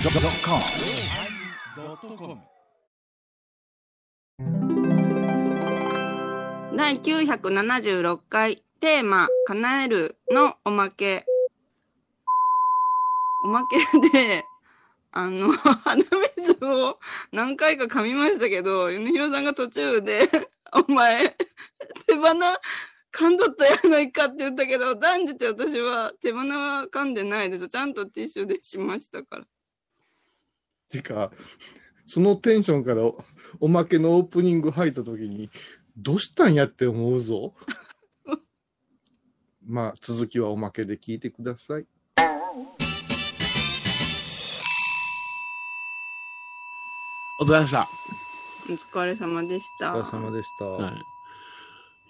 YONNIRI.com 第976回テーマ「叶える」のおまけおまけであの鼻水を何回か噛みましたけど米広さんが途中で 「お前手鼻噛んどったやないか」って言ったけど断じて私は手鼻は噛んでないですちゃんとティッシュでしましたからてか、そのテンションからおおまけのオープニング入った時に、どうしたんやって思うぞ。まあ、続きはおまけで聞いてください。お疲れ様でした。お疲れ様でしおた疲れ様でした。はい。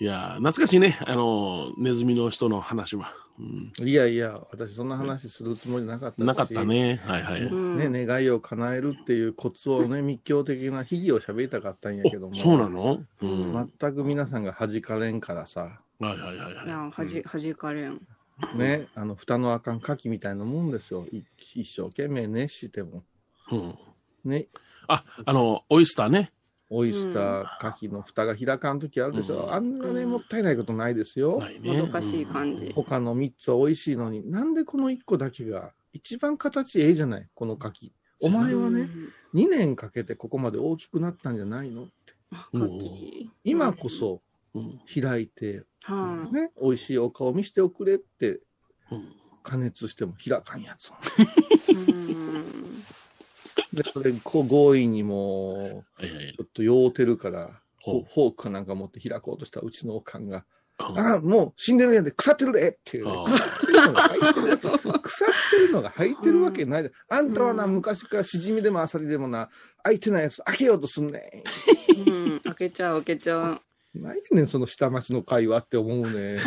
いやー、懐かしいね。あのー、ネズミの人の話は。うん、い、やいや、私そんな話するつもりなかったし。なかったね。はいはい。うんね、願いを叶えるっていうコツ をね、密教的な秘技を喋りたかったんやけども。おそうなのうん。は全く皆さんが弾かれんから さ、いはいはいはいいやはじはじかれんね、あの、蓋のあかん牡蠣みたいなもんですよ。い一生懸命熱しても。うん。ね、あ、あの、オイスターね。オイスター、牡蠣の蓋が開かんときあるでしょ。うんあんなね、もったいないことないですよ。ないね。もどかしい感じ、他の3つは美味しいのに、なんでこの1個だけが、一番形ええじゃない、この牡蠣。お前はね、2年かけてここまで大きくなったんじゃないのうん牡蠣今こそうん。開いて、はい、ね、美味しいお顔見せておくれって、うん。加熱しても開かんやつ。 うんで、それ、こう強引にもう、はいはいちょっと酔うてるから、ほフうォフォークかなんか持って開こうとしたうちのおかんが、うんああ、もう死んでるやんで、腐ってるでっていうね、あ腐ってるのが入ってる。 腐ってるのが入ってるわけないで。あんたはな、うん昔からしじみでもあさりでもな、開いてないやつ開けようとすんねうん、開けちゃう開けちゃう。ん。ないねん、その下町の会話って思うね。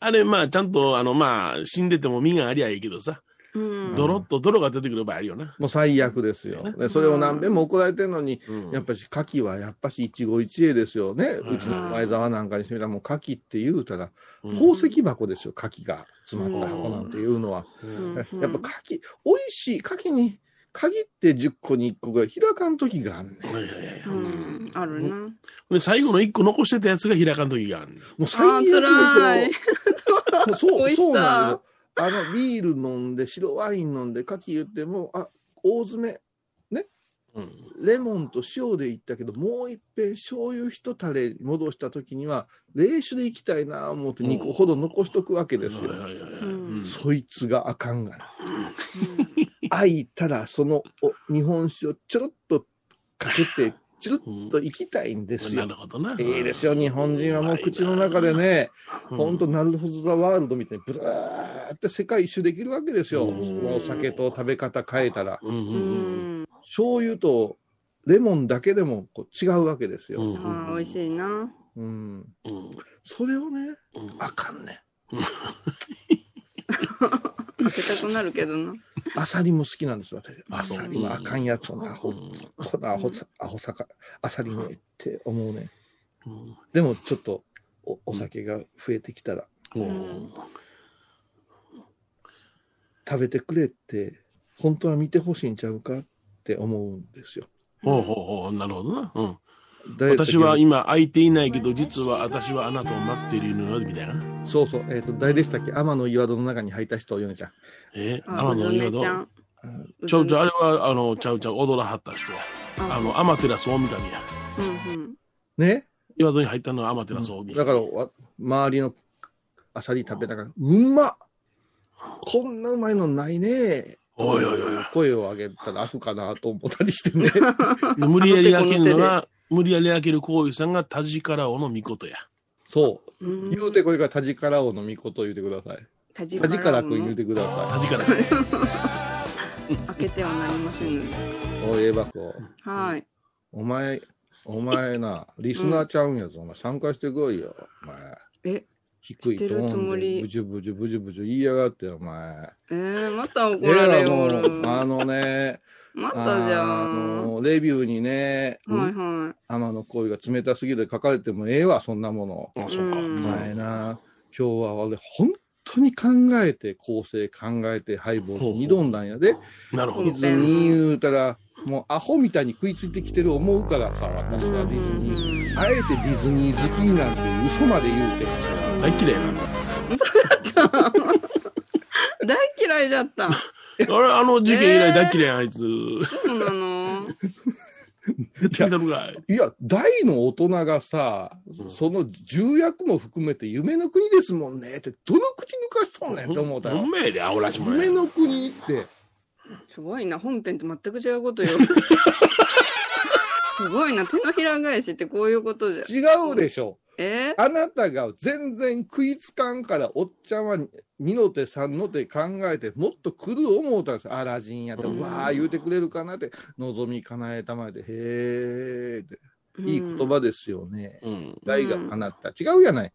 あれ、まあ、ちゃんと、あの、まあ、死んでても身がありゃいいけどさ、うん、ドロッと泥が出てくる場合あるよな。もう最悪ですよ。でそれを何遍も怒られてるのに、うんやっぱし、牡蠣はやっぱし一期一会ですよね。はいうちの前沢なんかにしてみたら、もう牡蠣って言うたら、うん宝石箱ですよ、牡蠣が詰まった箱なんていうのは。うんうんやっぱ牡蠣、美味しい牡蠣に限って10個に1個ぐらい開かん時があんねん。はいはいはいうはいん、あるな。で、最後の一個残してたやつが開かんときがある。もうあ最悪ーでし辛い。ょ。そ 美う、味しそうなんさよ。あの、ビール飲んで、白ワイン飲んで、牡蠣言っても、あ、大詰め、うん。レモンと塩でいったけど、もう一遍醤油一タレに戻した時には、冷酒でいきたいなぁ思ってうん2個ほど残しとくわけですよはい。はいはいはいうんうんそいつがあかんがな。開いたら、そのお日本酒をちょろっとかけて、ちょろっうんといきたいんですなよる。ほどな。いいですよ、日本人はもう口の中でね、うん。ほんと、ナルホズ・ザ・ワールドみたいに、ブラーって世界一周できるわけですよ。うんそのお酒と食べ方変えたら、うんううんん、醤油とレモンだけでもこう違うわけですうん。うよ、んあー美味しいな。うんうんそれをね、うんあかんね開けたくなるけどな。ん。アサリも好きなんですよ、私。あアそうサリもあかんやつをな、ほうんこのアホさ、アホさか、アサリめって思うね。うんでもちょっとおお酒が増えてきたら、うん食べてくれって、本当は見てほしいんちゃうかって思うんですよ。ほうほうほう、なるほどな。うん。ダイエット私は今空いていないけど、実は私はあなたを待っているのよ、みたいな。そうそう、えっ、と、誰でしたっけ天の岩戸の中に入った人、ヨネちゃん。え、あ、うずめちゃん。ちょ、ちょ、あうれは、あの、ちゃうちゃう、踊らはった人。ずめあ、の、アマテラス大神や。うんね岩戸に入ったのはアマテラス大神。だから、わ周りのアサリ食べたから、うんまっこんなうまいのないねおいおいおいおい。声を上げたら悪かなと思ったりして ね。で無理やり開けるのが、無理やり開ける行為さんが田力王の御事や。そう。うん。言うてこれがタジカラオの御事言うてください。たじタジカラく君言うてくださ田力王。開けてはなりませんので。い。おい、エバコ。はい。お前、お 前な、リスナーちゃうんやぞ。お前参加してこいよ。お前。え、低いトしてるつーもンりでブチュブチュブチュブチュ言いやがって、お前。えー、また怒えらえれやもるう、。あのね、まあたじゃん。のレビューにね、はいは天の声が冷たすぎる書かれてもええわ、そんなもの。あ、そうか。うんお前な、今日は俺、本当に考えて、構成考えて、配合に挑んだんやで、なるほうどん。水に言うたら、もうアホみたいに食いついてきてる思うからさ、私はディズニー。うあえてディズニー好きなんて嘘まで言うて。大嫌いやな。ん大嫌いじゃった。あれ、あの事件以来大嫌いや、あいつ。そうなの。絶対だろがい。いや、大の大人がさ、うんその重役も含めて夢の国ですもんねって、どの口抜かしとんねんって思うたほよん。まやで、煽らしもんや夢の国って、すごいな、本編と全く違うこと よ。すごいな、手のひら返しってこういうことじゃ。違うでしょ。えあなたが全然食いつかんから、おっちゃんは二の手三の手考えて、もっと来る思うたんですよ。アラジンやと、うんわあ言うてくれるかなって、望み叶えたまえで、へえって、いい言葉。葉ですよね。うん。大が叶った。違うやない。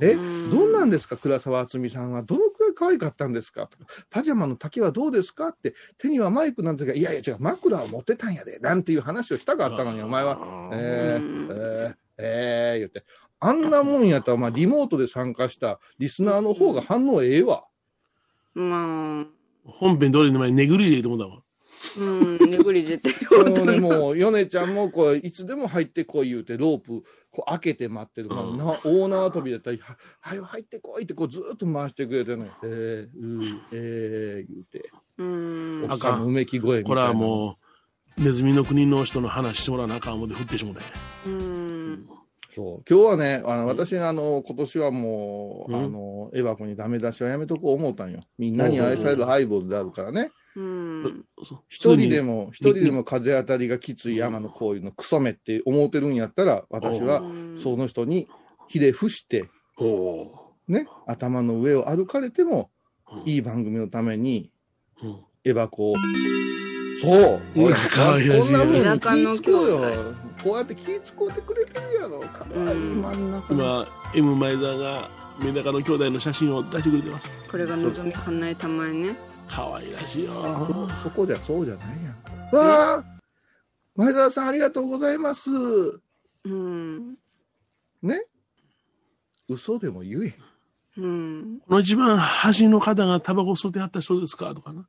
え、どんなんですか倉沢敦美さんは。どのくらい可愛かったんですかとかパジャマの丈はどうですかって、手にはマイクなんだけど、いやいや違う、枕を持ってたんやで、なんていう話をしたかったのに、お前は。は。えうんー、えー、えー、言って。あんなもんやったら、まあ、リモートで参加したリスナーの方が反応ええわ。まあ、本編通りの前にネグリジェいいと思ったわ。うん、ネグリジェって言われもたうね、な。もう、ヨネちゃんも、こう、いつでも入ってこい言うて、ロープ、こう、開けて待ってる。まあうんな大縄跳びだったら、は、はよ入ってこいって、こう、ずーっと回してくれてね。えー、うー、えー、言うて。うんお。っさんのうめき声みたこいれな。はもう、ネズミの国の人の話してもらわなあかん思って振ってしもうたんやうん。そう。今日はね、あの、私、あの、今年はもう、うんあの、エバコにダメ出しはやめとこう思うたんよ。みんなに愛されるハイボールであるからね。うん。そう一人で普も、一人でも風当たりがきつい山のこういうの、クソめって思ってるんやったら、私は、その人にひれ伏して、通に。おね、頭の上を歩かれても、ーいい番組のために、うんエバコを、そううんおい可愛らしいこんなもん田舎に気のぃつこうよ兄弟。こうやって気ぃつこうてくれてるやろ。かわいい真ん中の。今、M マイザーがメダカの兄弟の写真を出してくれてます。これが望みかなえたまえね。可愛らしいよ。そそこじゃそうじゃないやん。わあ前澤さんありがとうございます。うん。ね嘘でも言え。うん。この一番端の方がタバコ吸ってはった人ですかとかな。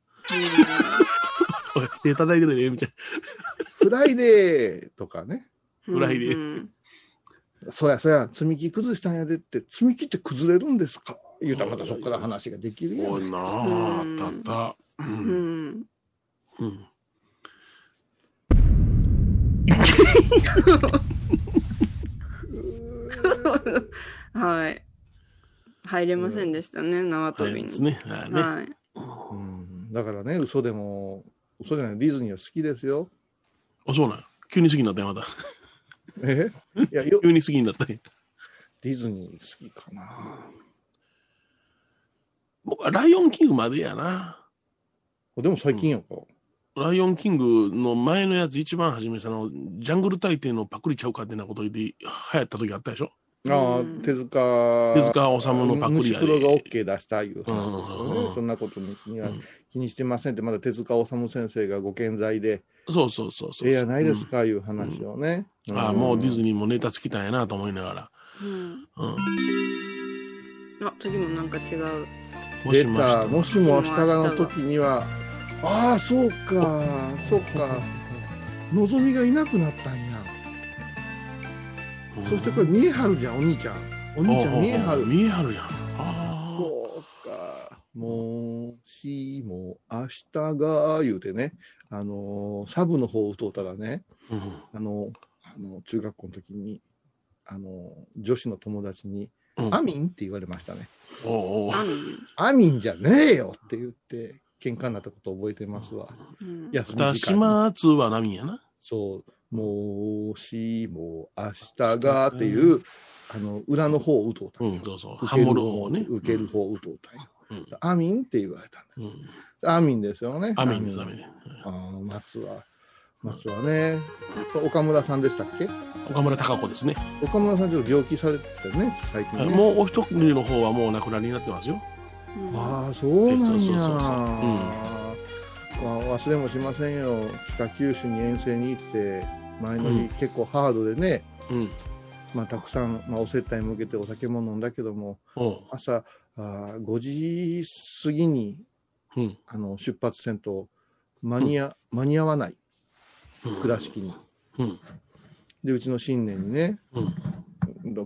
おい、手叩いてるで、みたいフライデーとかね。うんフライデーうんそやそや、積み木崩したんやでって、積み木って崩れるんですか言うたらまたそこから話ができるな。やん。いなうんあった。う。うんん。うん。はい。入れませんでしたね、縄は跳びい、でに。すね。はいね。はい。うんだからね、嘘でも、嘘じゃない、ディズニーは好きです よ。あ、そうなんや急に好きになったよ、また。えいやよ、急に好きになったよ。ディズニー好きかな。僕はライオンキングまでやな。でも最近やんか。ライオンキングの前のやつ一番初めさ、あの、ジャングル大帝のパクリちゃうかってなこと言って流行った時あったでしょああうん、手塚。手塚治虫のパクリ虫やプロがで。 OK 出したいう話ですうよんうんうねん。そんなことに気にはうん気にしてませんって、まだ手塚治虫先生がご健在で、そうそうそうそう。ええやないですかいう話をね。うん。ああ、もうディズニニーもネタつきたんやなと思いながら。うんうん。あ、次もなんか違う。も出、しましたもしも明日がの時には、ああ、そうか、そうか、のぞみがいなくなったんや。うんそしてこれ、見えはるじゃん、お兄ちゃん。お兄ちゃん、見えはる。見えはるやん。ああ。そうか。もしも明日が、言うてね、あのーサブの方を歌うたらね、うんあの、あの中学校の時に、あの、女子の友達に、うんアミンって言われましたね。おうおうあんアミンじゃねえよって言って、喧嘩になったこと覚えてますわ。うんいや、その二時間に島通は波やな。そう、もしも明日がっていう、あの、裏の方を打とうた。うん、そうそう。ハ受けモるる方方ね。受ける方を打とうたんようん。アミンって言われたんうん。だ。アミンですよね。アミンです、アミンです。あの松は。松はね、岡村さんでしたっけ岡村孝子ですね。岡村さんちょっと病気されててね、最近ね。もうお一組の方はもうお亡くなりになってますよ。うんああそうなんやそうそうそうそううんまあ忘れもしませんよ北九州に遠征に行って前の日結構ハードでね、うん。まあ、たくさん、まあ、お接待に向けてお酒も飲んだけどもお朝あー5時過ぎにううん。あの出発せんと間に合、間に合わないうん倉敷にうん。でうちの新年にねうん。うん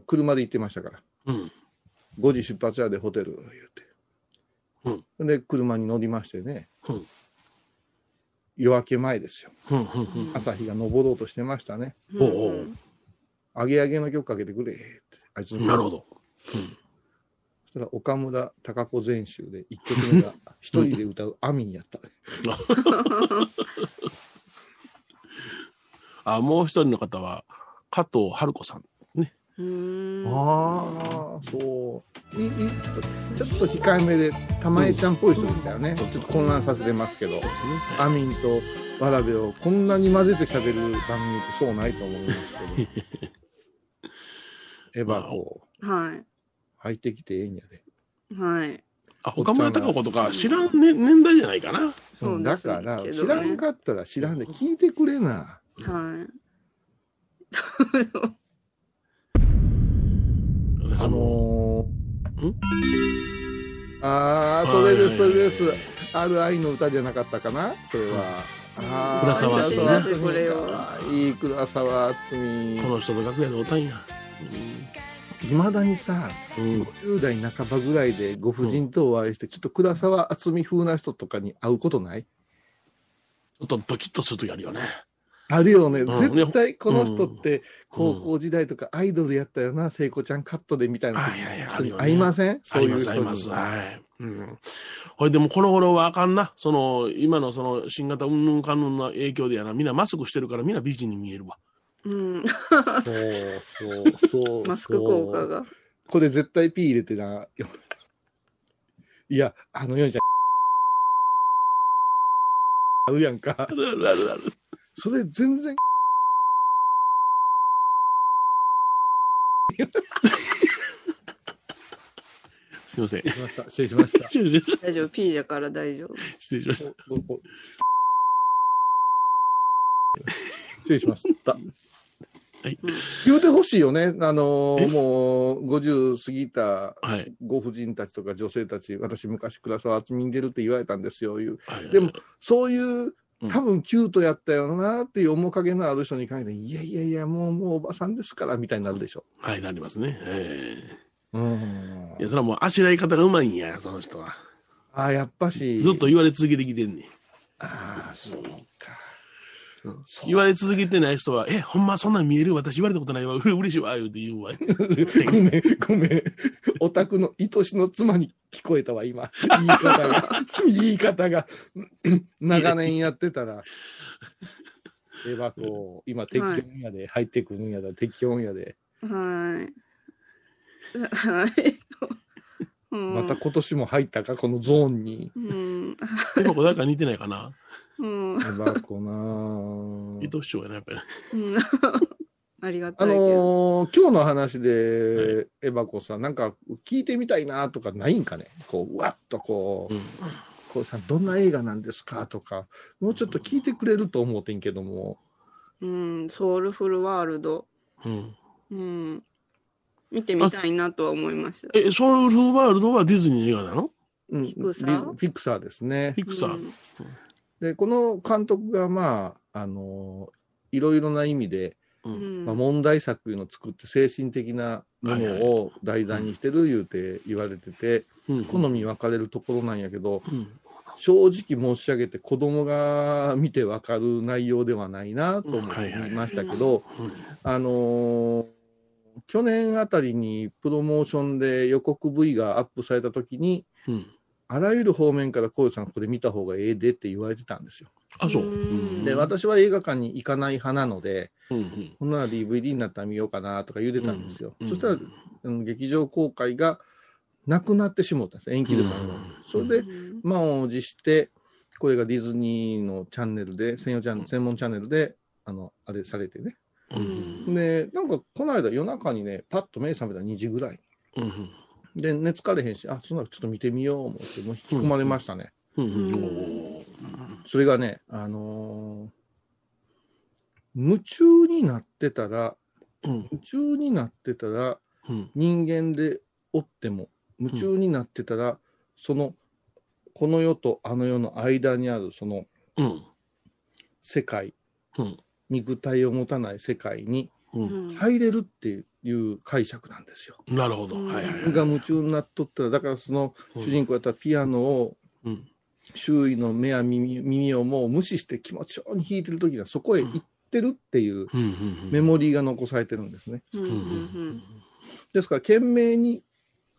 車で行ってましたからうん。 5時出発やでホテル言うて、で車に乗りましてね、うん夜明け前ですようん。うん。朝日が昇ろうとしてましたねうんおうおう「あげあげの曲かけてくれ」ってあいつのなるほど。そしたら岡村孝子全集で1曲 目が一人で歌う「アミン」やったあ、もう一人の方は、加藤春子さん。うんああそういいいいちょっとちょっと控えめで玉江ちゃんっぽい人でしたよね、ちょっと混乱させてますけどはアミンとわらべをこんなに混ぜて喋る番組ってそうないと思うんですけどエヴァこうは入ってきてええんやで、い。はい。あ、岡村孝子とか知らん、ね、年代じゃないかな。そううんでだすからけどね知らんかったら知らんで聞いてくれなはい。あのー、んああそれですそれですある愛の歌じゃなかったかなそれは。あー倉沢敦美ね倉沢敦美かいい倉沢厚みこの人と楽屋でおたんや。いまだにさうん。 10代半ばぐらいでご婦人とお会いして、ちょっと倉沢厚み風な人とかに会うことないちょっとドキッとするときあるよね。あるよね、ん絶対この人って高校時代とかアイドルやったよな聖子ちゃんカットでみたいなあいやいやあ人るによね会いませんあそうりいまうす、人あにります。はい。うん。ほいでもうこの頃はあかんな。その、今のその新型うんぬんかんぬんの影響でやな。みんなマスクしてるからみんな美人に見えるわ。うん。そうそうそう マスク効果が。これ絶対 P 入れてな。いや、あのようちゃん。あるやんかあ。るあるあるある。それ全然。すいません。しました。失礼しました。失礼大丈夫。P だから大丈夫。しました。おおお失礼しました。はい言うてほしいよね。あのーえもう50過ぎたはい。ご婦人たちとか女性たち、私昔倉沢厚みに出るって言われたんですよ。いうはいでも、そういううん、多分キュートやったよなっていう面影のある人に限って、いやいやいや、もう、もうおばさんですから、みたいになるでしょ。はい、なりますね。えうんえいや、それはもうあしらい方がうまいんや、その人は。ああ、やっぱし。ずっと。言われ続けてきてんねん。ああ、そうか。言われ続けてない人は、え、ほんまそんなん見える私言われたことないわ。うれ嬉しいわ。言うて言うわ。ごめん、ごめん。オタクの愛しの妻に聞こえたわ、今。言い方が。言い方が。長年やってたら。エバコ、今、適温やで、入ってくるんやだ、適温やで。はい。はい。うんまた。今年も入ったか、このゾーンに。うん。でも、これなんか似てないかな。うん。うんエバコ なぁ伊藤市長やな、やっぱり。ありがたあいけど。のー今日の話で、エバコさん、なんか聞いてみたいなとかないんかね、こう、うわっとこう、うんこうさん、どんな映画なんですかとか、もうちょっと聞いてくれると思うてんけども、うん。ソウルフルワールド。うん。うん。見てみたいなとは思いました。え、ソウルフワールドはディズニーの映画なのうん、ピクサーリフィクサーですねピ。クサー。で、この監督が、まあ、あのーいろいろな意味で、う。うんん。まあ、問題作いうのを作って精神的なものを題材にしてるいうて言われてて、うん。好み分かれるところなんやけど、うん。正直申し上げて子供が見てわかる内容ではないなと思うんはいはいいましたけど、あのー去年あたりにプロモーションで予告 V がアップされた時に、うん。あらゆる方面から小遊さんこれ見た方がええでって言われてたんですよ。あ、そう。うんで、私は映画館に行かない派なので、うんうん。こんなら DVD になったら見ようかなとか言うてたんですよ。うんそしたら、あの劇場公開がなくなってしもうたんです。延期でもあるのにうんそれで、満を持して、これがディズニーのチャンネルで、専用チャン専門チャンネルで、あの、あれされてね。うん。で、なんかこの間夜中にね、パッと目覚めたら2時ぐらい。うん。で、寝つかれへんし、あ、そんならちょっと見てみよう思って、もう引き込まれましたね。うん。うん。おーそれがね、あのー夢中になってたら、うん。夢中になってたらうん。人間でおっても夢中になってたら、そのこの世とあの世の間にあるそのうん。世界、うん肉体を持たない世界にうん。入れるっていう解釈なんですよ。なるほど。うんはいはいはい。が夢中になっとったらだからその主人公やったらピアノをうん。周囲の目や耳耳をもう無視して気持ちように弾いてる時にはそこへ行ってるっていううん。うん。うんメ。モリーが残されてるんですね。うんううんんううんんですから懸命に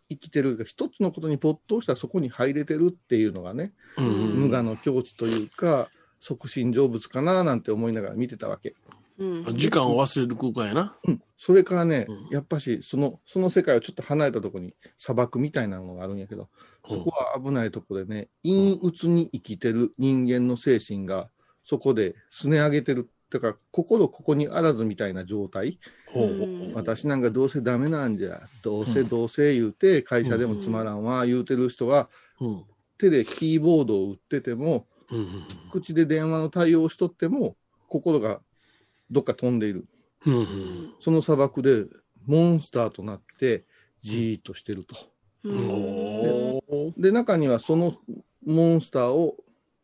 生きてるが一つのことに没頭したらそこに入れてるっていうのがね、うん。うんうん無我の境地というか即身成仏かななんて思いながら見てたわけ。うんうん時間を忘れる空間やな。うん、それからね、うんやっぱしそのその世界をちょっと離れたとこに砂漠みたいなのがあるんやけど、うんそこは危ないとこでね陰鬱に生きてる人間の精神がそこですね上げてるだから心ここにあらずみたいな状態ほうほうほう。私なんかどうせダメなんじゃどうせどうせ言うて会社でもつまらんわ言うてる人はうん。手でキーボードを打っててもうんうん口で電話の対応しとっても心がどっか飛んでいるうん。うんうんその砂漠でモンスターとなってじーっとしてると。ううんん。おーで中にはそのモンスターを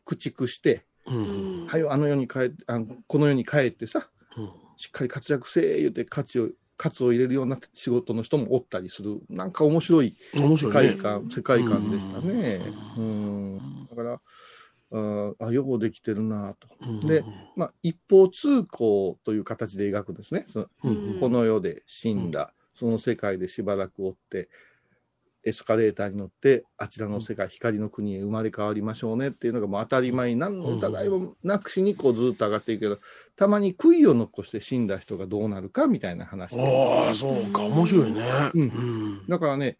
駆逐して、うんうんうんはい、あの世に帰ってあのこの世に帰ってさうんしっかり活躍せー言うて価値を価値を入れるような仕事の人もおったりするなんか面白い面世白い界ね。観、うん世界観でしたね。ううんだからあーあようできてるなぁと。うんで、まあ、一方通行という形で描くんですね。そのうんうんこの世で死んだ、その世界でしばらく追って、エスカレーターに乗って、あちらの世界、光の国へ生まれ変わりましょうねっていうのがもう当たり前に、何の疑いもなくしにこうずっと上がっていくけど、たまに悔いを残して死んだ人がどうなるかみたいな話で。ああ、そうか、面白いね。うんんだからね、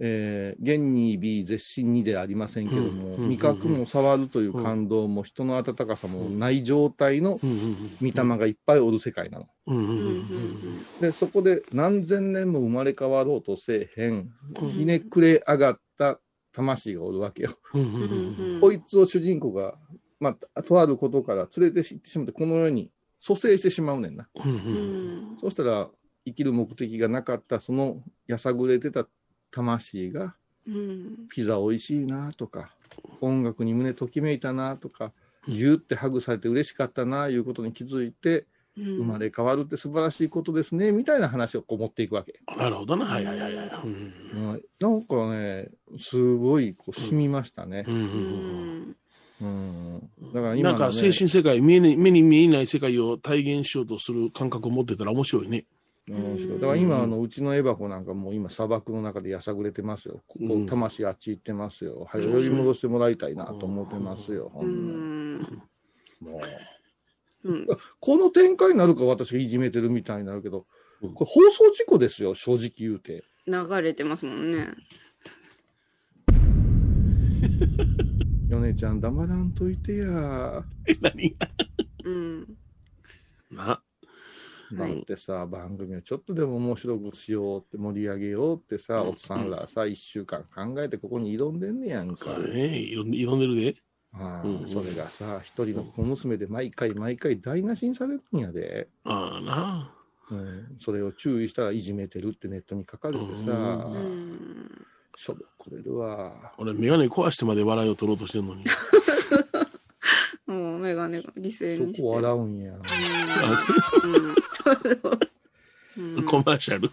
えー、現に美、絶心にでありませんけども、うん味覚も触るという感動も、人の温かさもない状態のうんうん御霊がいっぱいおる世界なの。うんうんうんでそこで何千年も生まれ変わろうとせえへんひねくれ上がった魂がおるわけよ。うんうんううんうんんこいつを主人公が、まあ、とあることから連れて行ってしまってこの世に蘇生してしまうねんな。うんううんんそうしたら生きる目的がなかったそのやさぐれてた魂がうんピザおいしいなとか音楽に胸ときめいたなとかギュってハグされて嬉しかったないうことに気づいて生まれ変わるって素晴らしいことですねみたいな話をこう持っていくわけ。なるほどな。はいはいはいはい。うんうんなんかね、すごいこう染みましたねう。んうんううんんうん。だから今の、なんね、か精神世界、見えね目に見えない世界を体現しようとする感覚を持ってたら面白いね。面白い。だから今、あの、うちのエバコなんかもう今砂漠の中でやさぐれてますよ。こうこん、魂あっち行ってますよ。はよ呼び戻してもらいたいなと思ってますよ。ほうんんまもううんこの展開になるか私がいじめてるみたいになるけど、うんこれ放送事故ですよ、正直言うて。流れてますもんね。米ちゃん黙らんといてや。何うん。な。だってさ、番組をちょっとでも面白くしようって盛り上げようってさ、うんおっさんらさ、1週間考えてここに挑んでんねやんか。それね、挑んで挑んでるで。ああうんそれがさ、一人の小娘で毎回毎回台無しにされるんやで、ああな。うん、それを注意したらいじめてるってネットに書かれてさ、ううんしょぼくれるわ。俺、メガネ壊してまで笑いを取ろうとしてるのに。もうメガネが犠牲にして。そこ笑うんや。うん。コマーシャル。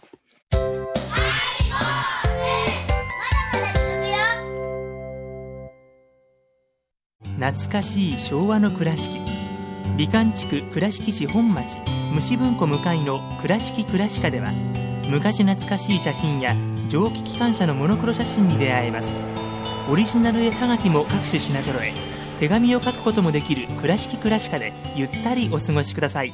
懐かしい昭和の倉敷美観地区倉敷市本町虫文庫向かいの「倉敷倉歯科」では昔懐かしい写真や蒸気機関車のモノクロ写真に出会えますオリジナル絵はがきも各種品揃え手紙を書くこともできる「倉敷倉歯科」でゆったりお過ごしください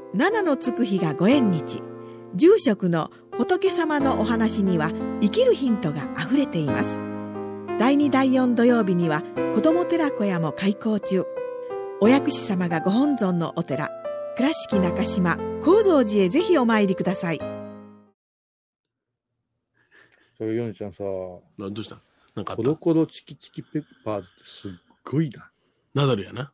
七のつく日がご縁日住職の仏様のお話には生きるヒントがあふれています第2第4土曜日には子ども寺小屋も開校中お薬師様がご本尊のお寺倉敷中島・高蔵寺へぜひお参りくださいそれ、ヨネちゃんさ、などうしたなんかあコっロたコロチキチキペッパーズってすっごいな。ナダルやな。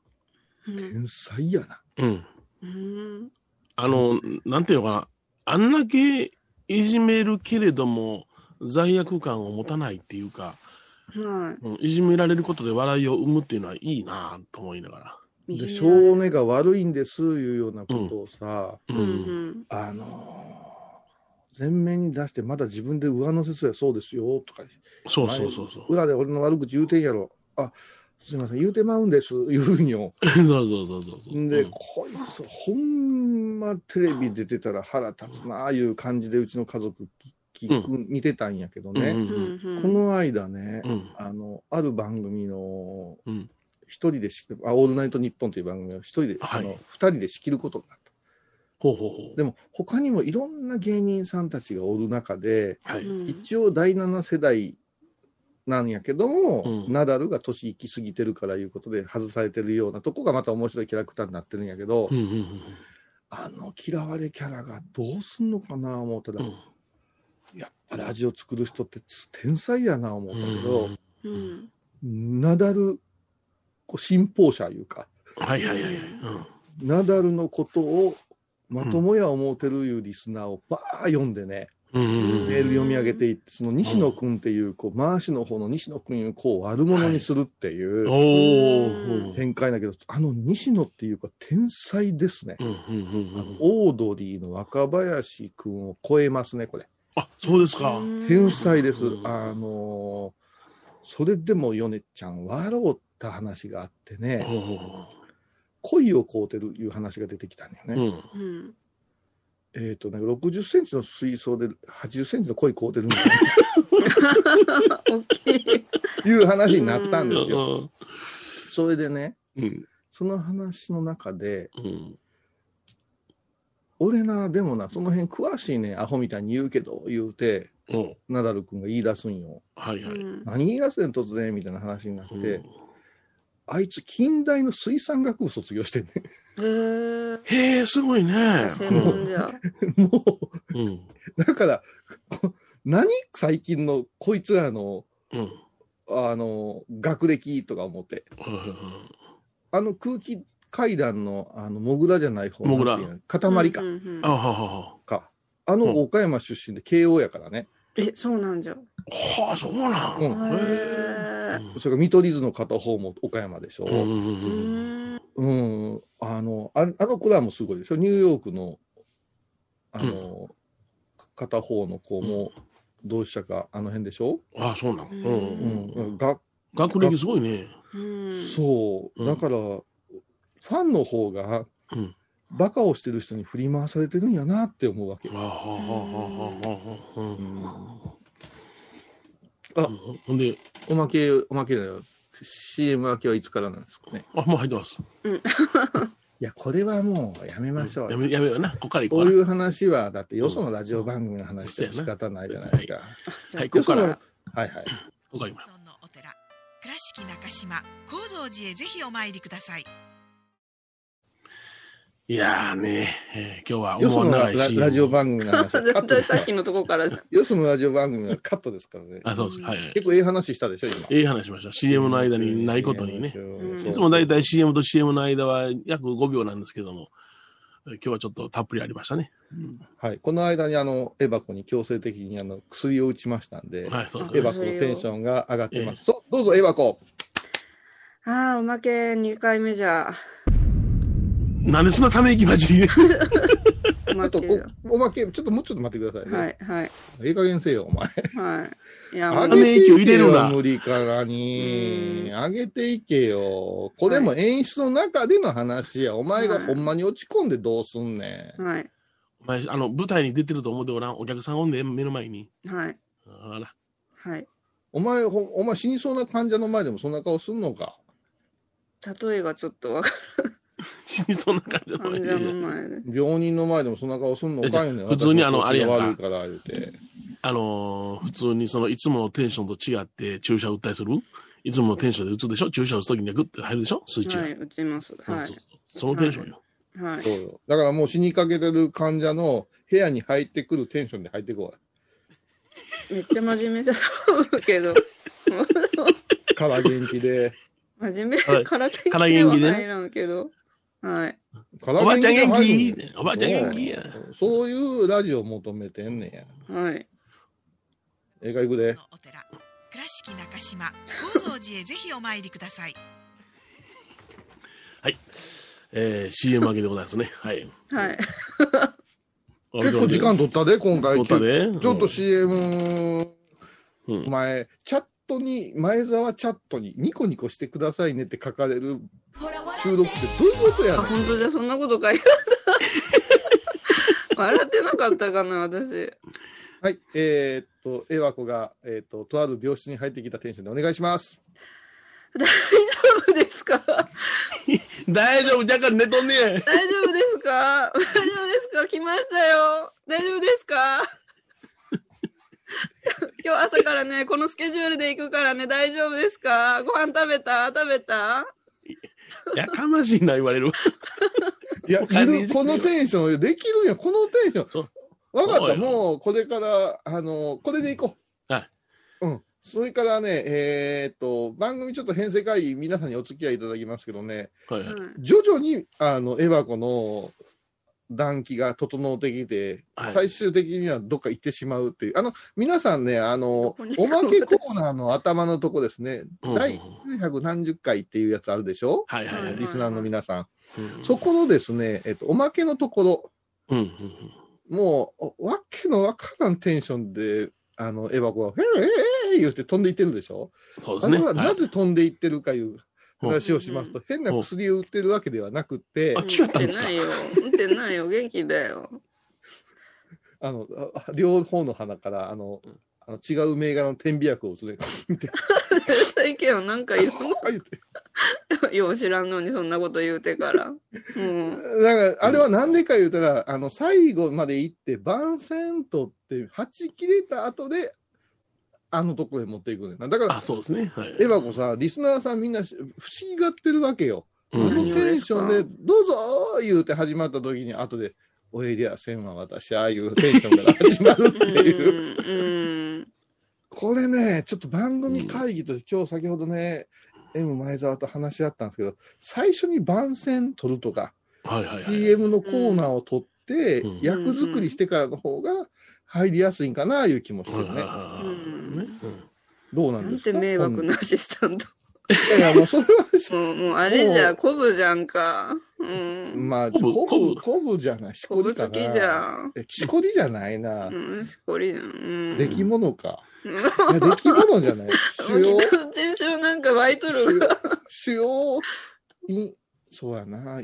うん天才やな。うん。うんあの、なんていうのかな。あんだけいじめるけれども、罪悪感を持たないっていうか、はいうん、いじめられることで笑いを生むっていうのはいいなと思いながで、右に性根が悪いんです、いうようなことをさ、ら。うんうんあのー、前面に出して、まだ自分で上乗せすりゃそうですよ、とか、そうそうそうそう。裏で俺の悪口言うてんやろ。あ、すいません、言うてまうんです、いうふうによ。そうそうそうそうそう。で、うんこいつ、ほんまテレビ出てたら腹立つなあいう感じで、うちの家族き、き似てたんやけどうね。うんんこの間ね、うんうんあの、ある番組のうん、一人で仕切る、あ、オールナイトニッポンという番組を一人で、はいあの、二人で仕切ることになった。ほうほうほう。でも、他にもいろんな芸人さんたちがおる中で、はい。うん一応第七世代なんやけども、うんナダルが年行き過ぎてるからいうことで外されてるようなとこがまた面白いキャラクターになってるんやけど、うんうんうんあの嫌われキャラがどうすんのかな思ったら、うんやっぱラジオ作る人ってつ天才やな思ったけど、うんナダル、こう信奉者いうか、はいはいはい。ナダルのことをまともや思うてるいうリスナーをばー読んでね、うん。うんうんうんメール読み上げていって、その西野君っていう、こう、回しの方の西野君をこう悪者にするっていうおうんー。展開だけど、あの西野っていうか天才ですね。うんうんうんうあのんオードリーの若林君を超えますね、これ。あ、そうですか。天才ですう。んあのーそれでもヨネちゃん、笑うった話があってうね、ん恋を買うてるいう話が出てきたんだよね。うん。うんえっ、とね、60センチの水槽で80センチの鯉凍ってるみたいな大きいいう話になったんですうよ。んそれでね、うんその話の中で、うん。俺な、でもな、その辺詳しいね、アホみたいに言うけど、言うて、うん。ナダル君が言い出すんよ。はいはい。何言い出すねん、突然、みたいな話になって、うんあいつ、近代の水産学部卒業してんね。へえへえ、すごいね。専門じゃ もうん。う、だから、こ何最近のこいつらの、うん。うんあの、学歴とか思って。あの空気階段の、あの、モグラじゃない方モグラなんていうの塊かう。んうんあははは。か。あの、うん岡山出身で慶応やからね。えそうなんじゃはあ、そうなん。うんへへええ。それから見取り図の片方も岡山でしょ。うんううんううんうん。んん。あの、ああの子らもすごいでしょ。ニューヨークの、あの、片方の子も、どうしたか、あの辺でしょ。あ、そうなん。ううんん。うん、が学歴すごいね。うんそう。だから、ファンの方がうん、バカをしてる人に振り回されてるんやなって思うわけあ。ははははは。うん。ほんで、おまけ、おまけだよ。CM 明けはいつからなんですかね。あ、もう入ってます。いや、これはもうやめましょうよ。やめ、やめような。ここから行ここういうう話は、だってよそのラジオ番組の話では仕方ないじゃないですか。な。はい、ここから。よこそのはいはい。こから行きます。本尊のお寺倉敷中島・高蔵寺へぜひお参りくださいいやーね、えー今日はよそ思のわなラいし。ラジオ番組の 話はカッ絶トで対すさかっきのとこからじゃ んら。よそのラジオ番組はカットですからね。あ、そうですか。はいはい。結構ええ話したでしょ、今。ええ話しました。CM の間にないことにね。うん。いつそもうだいたい CM と CM の間は約5秒なんですけども、えー今日はちょっとたっぷりありましたね。はい。この間に、あの、エバコに強制的に、あの、薬を打ちましたんで、はい、そうですエね。バコのテンションが上がってます。そうどうぞ、エバコ。ああおまけ2回目じゃなんでそんなため息まじりおまあとけこだ、おまけ、ちょっともうちょっと待ってくださいね。はいはいええ加減せえよ、お前。はいいやあ上たげめてい息を入けれるよ、な無理からに。上げていけよ。これも演出の中での話や。お前がはいほんまに落ち込んでどうすんねん。はい お前、あの、舞台に出てると思うでおらん。お客さんおんで、目の前に。はいあら。はいお前、ほんお前死にそうな患者の前でもそんな顔すんのか。例えがちょっとわか死に そうな感じの。患者の前で。病人の前でもそんな顔すんのおかんよね。えじゃあ普通にあの私あれやんか悪いから言うて。あのー普通にそのいつものテンションと違って注射打ったりするいつものテンションで打つでしょ注射打つときにはグッて入るでしょスイッチが。はい、打ちます。はそい。うそうそのテンションよ。はいそう。よ。だからもう死にかけてる患者の部屋に入ってくるテンションで入ってこめっちゃ真面目だと思うけど、い。から元気で。真面目はいから元気からで元は気でねないなんけど、はい。からおばあちゃんで元入るん気よおばあちゃん元気や。そういうラジオを求めてんねんや。はい。映画行くで。お寺倉敷中島高蔵寺へぜひお参りくださいえー、CM 明けでございますね。はい。はい。結構時間取ったで、今回。取ったで。ちょっと CM、うん、うおん前、チャットに、前澤チャットに、ニコニコしてくださいねって書かれる収録ってどういうことやあ、ねん。本当だ、そんなこと書いてあ った。笑ってなかったかな、私。はい、えーっと、エワコが、えーっと、とある病室に入ってきたテンションでお願いします。大丈夫ですか大丈夫、若干寝とんねえ。大丈夫ですか大丈夫ですか来ましたよ。大丈夫です か今日朝からね、このスケジュールで行くからね、大丈夫ですかご飯食べた食べたやかましいな、言われるわ。いや、もう完全いにるこのテンション、できるんや、このテンショそン。わかっそた、うよもう、これから、あの、これでいこう。はい。うん。それからね、えーっと、番組ちょっと編成会議、皆さんにお付き合いいただきますけどね、はいはい。う徐々に、あの、エワコの、暖気が整ってきて、はい最終的にはどっか行ってしまうっていう。あの、皆さんね、あのこに、行おくのまけコーナーの頭のとこですね、うん第900何十回っていうやつあるでしょはいはいはい。うんリスナーの皆さん。うんそこのですね、えっと、おまけのところ、うんうんもう、おわけのわからんテンションで、あの、エバコが、えー、えー、えー、言って飛んでいってるでしょそうであすね。れはなはいぜ飛んでいってるかいう話をしますと、変な薬を売ってるわけではなくてあ、違ったんですか打ってないよ。打ってないよ。元気だよ。あの、あ両方の鼻から、あの、あの違う銘柄の点鼻薬を打つね。絶対行けよ。なんかいろんあ言ってな、よう知らんのにそんなこと言うてから。うん。だから、あれはなんでか言うたら、あの、最後まで行って、番宣取って、はち切れた後で、あのところへ持っていくねんな。だからあ、、そうですね。はい。エバコさ、リスナーさんみんなし不思議がってるわけよ。うこんの何をテンションですで、かどうぞー言うて始まった時に、後で、おいでやせんは私ああいうテンションから始まるっていう。うん。これね、ちょっと番組会議として、今日先ほどね、M 前澤と話し合ったんですけど、最初に番宣取るとか、はいはいはい。 PM のコーナーを取ってうん、役作りしてからの方が入りやすいんかな、いう気もすはいるはいね。はいうんねうんどうなうんん。なでんすてか迷惑なアシスタ ント。いやいや、もうそれは もう、もうあれじもうゃ、こぶじゃんか。うん。まあ、こぶこぶ、ここぶぶじゃない、しここぶりかつきじな。ゃん。えしこりじゃないなう。ん、しこりじゃん。うん。 出来物か。うんいや、出来物じゃ ない。も主う要、北口にしろなんか湧いとる。主要、いんそうやな。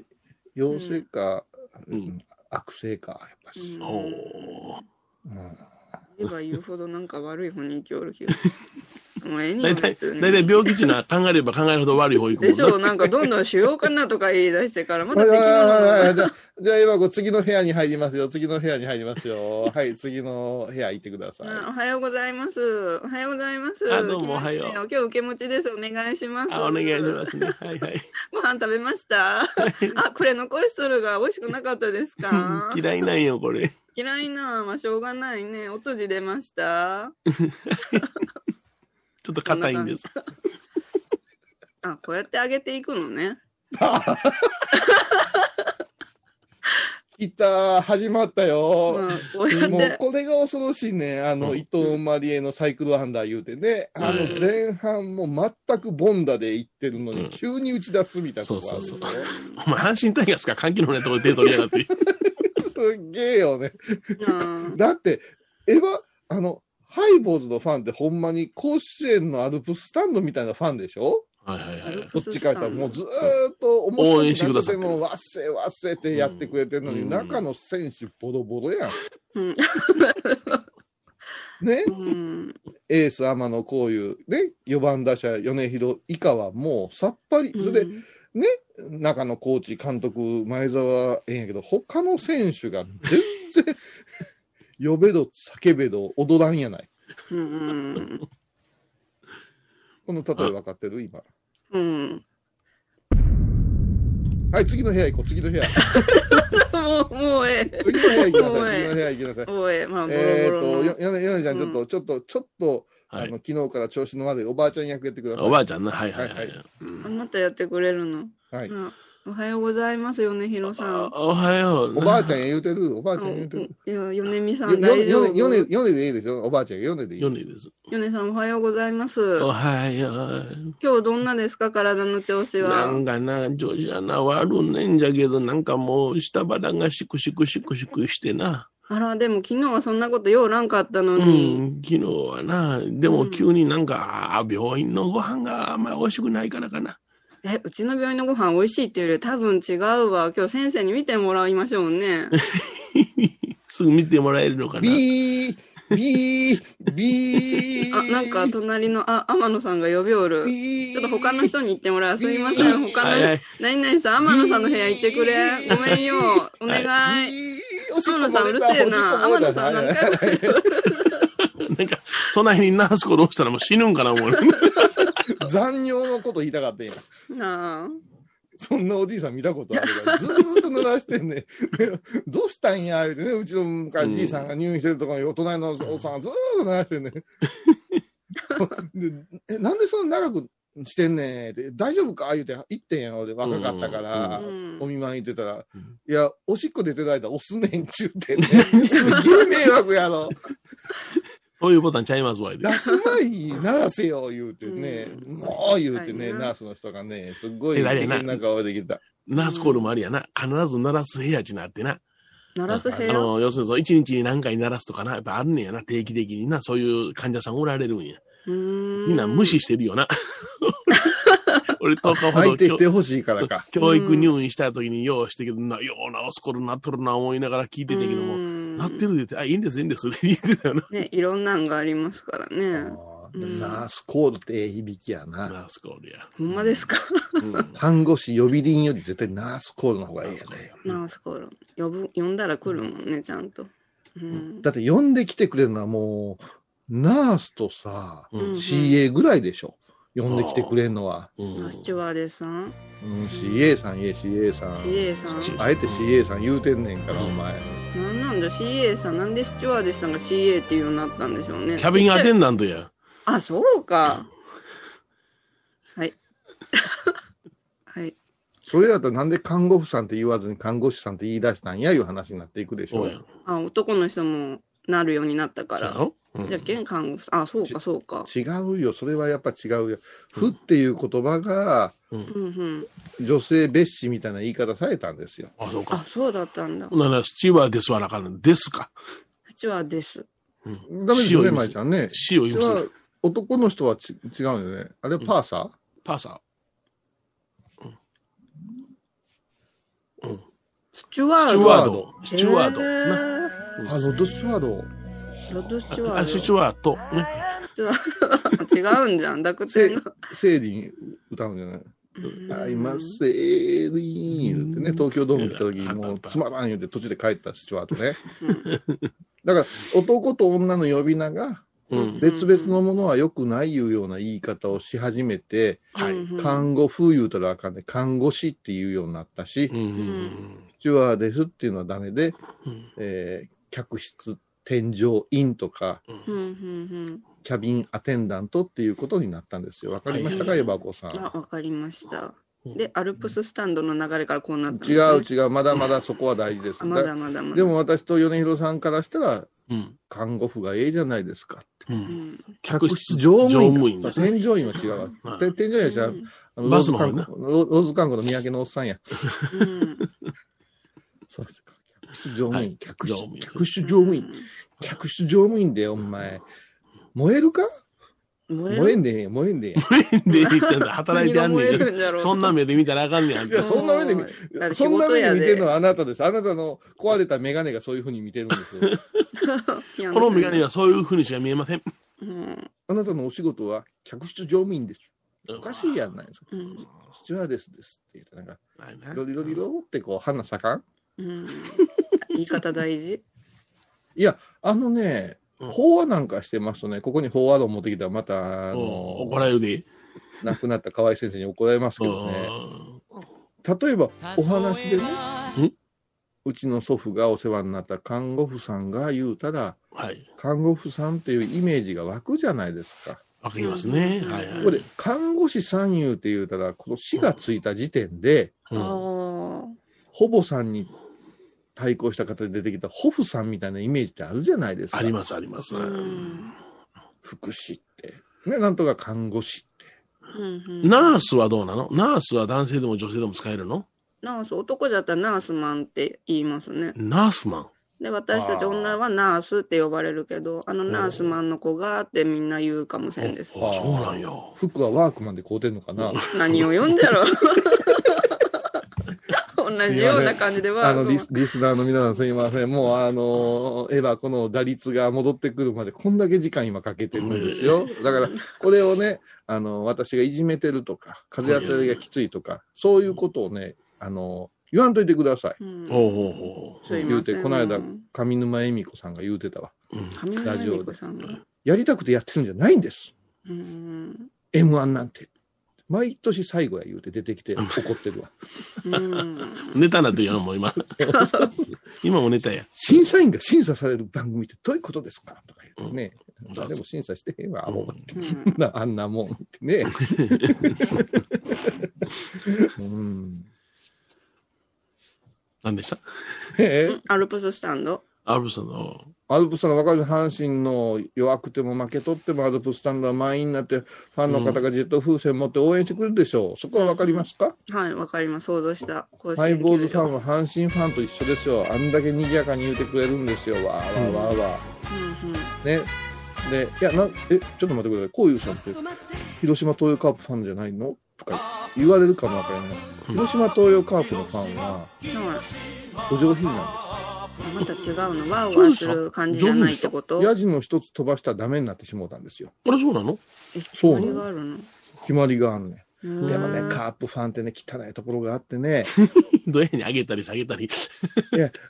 陽性か、ううんん悪性か、やっぱし。うんおうん言えば言うほどなんか悪い方に行きおる気がす る。もうええに大は体、別に大体病気っていうのは考えれば考えるほど悪い方行くでしょもうんね。なんかどんどんしようかなとか言い出してから、まはだでいきはいるはいはのいじゃあ、じゃあ、今、次の部屋に入りますよ。次の部屋に入りますよ。 はい、次の部屋行ってください。おはようございます。おはようございます。あどうも来ましたおはよう今日受け持ちです。お願いします。あ、お願いしますね。はいはい。ご飯食べましたあ、これ残しとるが美味しくなかったですか嫌いなんよ、これ。嫌いな、まあしょうがないね。お通じ出ました。ちょっと硬いんです。あ、こうやって上げていくのね。来た、始まったよ。まあ、こうやっもうて。これが恐ろしいね、あの、うん伊藤マリエのサイクルアンダー言うてね、あのうん前半もう全くボンダで行ってるのうに、ん急に打ち出すみたいなとこあるでしょ、そうそお前、阪神タイガースか、関係のないとこで手取りやがっ て。すっげえよね。うんだって、エヴァ、あの、ハイボーズのファンってほんまに甲子園のアルプススタンドみたいなファンでしょはいはいはい。どっちか言ったらもうずーっと面応援して白くだくさなっくててるもわっせわっせってやってくれてるのに、うん中の選手ボロボロやうん。ん。 ね、うん。エース天野こういうね、4番打者米広以下はもうさっぱり、それでうんね、中野コーチ、監督、前澤ええんやけど、他の選手が全然、 呼べど、叫べど、踊らんやない。うん。この例え分かってる今。うん。はい、次の部屋行こう、次の部屋。もう、もうええ。次の部屋行きなおいさい、次の部屋行きなさい。もうええ。まあ、ボロえっボロと、のよ、よよねちゃん、ちょっと、ちょっと、ちょっと、はあいの、昨日から調子の悪いおばあちゃん役やってください。おばあちゃんな、はいはいははいいは。うんあまたやってくれるの。はい。うんおはようございます、米広さんあ。おはよう。おばあちゃんん。や言うてる、おばあちゃんや言うてる。いや、米美さよん大丈よ夫。ねよねよねでいいでしょおばあちゃん、よねでいい。ヨネです。米さんおはようございます。おはよう。今日どんなですか、体の調子なは。んかな、上手やな、悪うねんじゃけど、なんかもう、下腹がシクシクシクシクしてな。あら、でも昨日はそんなことようらんかったのうに。ん、昨日はな、でうもん急になんか、あー病院のご飯があんまり美味しくないからかな。え、うちの病院のご飯美味しいっていうより多分違うわ。今日先生に見てもらいましょう ね。すぐ見てもらえるのかな。ビー、ビー、ビー。あ、なんか隣の、あ、天野さんが呼びおる。ビちょー、っと他の人に言ってもらう。すいませ。うん他はいはの、い。何々さん、天野さんの部屋行ってくれ。ごめんよ。お願い。ビー、おしっ天こ野さんう漏るせれたえおしっこな。漏天れ野たさんはい何回も言ってる。なんか、そないにナースコどうしたらもう死ぬんかな、思う。 残尿のこと言いたかった今。なあ。そんなおじいさん見たことあるから、ずーっと濡らしてん ね。どうしたんや、言うてね、うちの昔じいさんが入院してるところに、お隣のおっさんがずーっと濡らしてんね。 でえ、なんでそんな長くしてんねんって、大丈夫か言うて行ってんやろ、で、若かったからう、んお見舞いに行ってたらうん、いや、おしっこ出てないだら押すねんちゅうて ね。すっげえ迷惑やろ。そういうボタンちゃいますわ、出す前に鳴らせよ、言うてね。うんもう言うて確かにね、なナースの人がね、すっごいえらい危な険な顔できた。ナースコールもありやな。必ず鳴らす部屋ちなってな。鳴らす部あ屋。の、要するにそう、一日に何回鳴らすとかな、やっぱあるねんやな、定期的にな、そういう患者さんおられるんや。みみんな無視してるよな。俺、10日ほ相ど手し教てほしいからか。教育入院した時にようしてけどな、よう治す頃なっとるな思いながら聞いてたけども、ななってるでって、あ、いいんです、いいんです、って言ってたよな。ね、いろんなんがありますからあね。ーうんでもナースコールってええ響きやな。ナースコールや。ほんまですかうん看護師予備輪より絶対ナースコールの方がいいよね。ナースコール。呼ぶ、呼んだら来るもんね、ちゃんと。うん。だって呼んできてくれるのはもう、ナースとさ、うんうん CA ぐらいでしょ。呼んできてくれるのは。うんあスチュワーデスさんうん、CA さん、え CA さん。 ?CA さんシあえて CA さん言うてんねんから、お前。なんなんだ ?CA さん。なんでスチュワーデスさんが CA っていうようになったんでしょうね。キャビンアちっちゃテいンダントや。あ、そうか。はい。 はい。それだとなんで看護婦さんって言わずに看護師さんって言い出したんやいう話になっていくでしそょう。や。あ、男の人もなるようになったかだら。うんじゃあ、健看護婦さん。あ、そうか、そうか。違うよ。それはやっぱ違うよ。ふっていう言葉が、うんうん。女性蔑視みたいな言い方されたんですよ。あ、そうか。あ、そうだったんだほ。んなら、スチュワーデスはなあかんのですか。スチュワーデス。ダメですよね、まいちゃんね。死を意それ味すはる。男の人はち違うんよね。あれ、パーサー、パーサー。うん。スチュワード。スチュワード。スチュワード。なへうんあ、ロッド・スチュワード。ーロッドスチュワード。あ、スチュワード。ね。スチュワード。 違うんじゃん。濁点が。セーリン歌うんじゃない あ今、セーリン言ってね、東京ドーム来た時にうんもうつまらん言って途中で帰ったスチュワード ね。だから、男と女の呼び名がうん。別々のものは良くないいうような言い方をし始めて、はい。うんうん看護風言うたらあかんで、看護師っていうようになったし、うんうんスチュワーデスっていうのはダメで、うんえー客室、添乗員とか、うんうんうんうん。キャビンアテンダントっていうことになったんですよ。わかりましたか、はいエバコさん。あ、わかりました。うんで、アルプススタンドの流れからこうなったん違ですね、う違う、まだまだそこは大事です。あまだだまだまだ。でも私と米広さんからしたら、うん。看護婦がええじゃないですか。う。うんん、客室乗乗務務員員でか。すね。添乗員は違うわはい。て添乗員は違うう。んあのバスの方ローねズ観光ロローズ観光の三宅のおっさんや。うんそうですか。客室乗務は員い、客乗室務員、客室乗務員、客室乗務員で、お前。燃えるか燃え燃えるんでええんや燃えんでええんやで、ち ゃんと働いてあんね何が燃えるんんだろうそんな目で見たらあかんねん。あんたいやそんな目で見だって仕そんな事目でや見でてるのはあなたです。あなたの壊れたメガネがそういうふうに見てるんですよ。いやこの眼鏡はそういう風にしか見えません。うんあなたのお仕事は客室乗務員です。おおかしいやんないですか。うんスチュワーデスですって言って、なんか、ないねロリロリロってこう、花咲かんうん、言い方大事。あのね、うん法話なんかしてますとね、ここに法話論持ってきたら、また、あうんの怒、られるで。亡くなった河合先生に怒られますけどね。例えば、お話でねん、うちの祖父がお世話になった看護婦さんが言うたら、うんはい。看護婦さんっていうイメージが湧くじゃないですか。わかりますね。うんはいはこい。こで、看護師三遊って言うたら、この死がついた時点で、うんあほぼさんに対抗した方で出てきたホフさんみたいなイメージってあるじゃないですか。ありますあります。うん福祉って。ね、なんとか看護師って。あ、うんうん、ナースはどうなのナースは男性でも女性でも使えるのナース、男だったらナースマンって言いますね。ナースマン。で、私たちあー女はナースって呼ばれるけど、あのナースマンの子がってみんな言うかもしれんです。あそうなんよ。服はワークマンで買うてんのかな。何を読んじゃ ろ同じような感じでは、あのそリス、リスナーの皆さんすいません。もうあの、エヴァこの打率が戻ってくるまでこんだけ時間今かけてるんですよ。だから、これをね、あの、私がいじめてるとか、風当たりがきついとか、そういうことをね、あの、言わんといてください。うんほうほうほすいません言うて、この間うん、上沼恵美子さんが言うてたわ。う。うん上村恵美子さんが。やりたくてやってるんじゃないんです。うん M1 なんて。毎年最後や言うて出てきてうん怒ってるわ。うんネタになってるよな、もう今。 今もネタや。審査員が審査される番組ってどういうことですかとか言ってね。うん誰も審査してへんわ、アホがうんうんなあんなもんってね。うん、何でしたええアルプススタンド。アブさんの。アルプスさんのかる阪神の弱くても負け取ってもアルプススタンドは満員になってファンの方がジェット風船持って応援してくれるでしょう、そこは分かりますか、はい、わかります。想像した。甲ハイボール球ファンは阪神ファンと一緒ですよあんだけ賑やかに言うてくれるんですよわーわーわーわー、ね。で、いや、な、え、ちょっと待ってください。こういうさんって、広島東洋カープファンじゃないのとか言われるかもわからない。うん広島東洋カープのファンは、うんうん。はいお上品なんですまた違うの。ワーワーする感じじゃないってことよ。ヤジの一つ飛ばしたらダメになってしもうたんですよ。これそうな のえそうなの何があるの決まりがあんねでん。でもね、カープファンってね、汚いところがあって ね、どうやに上げたり下げたり。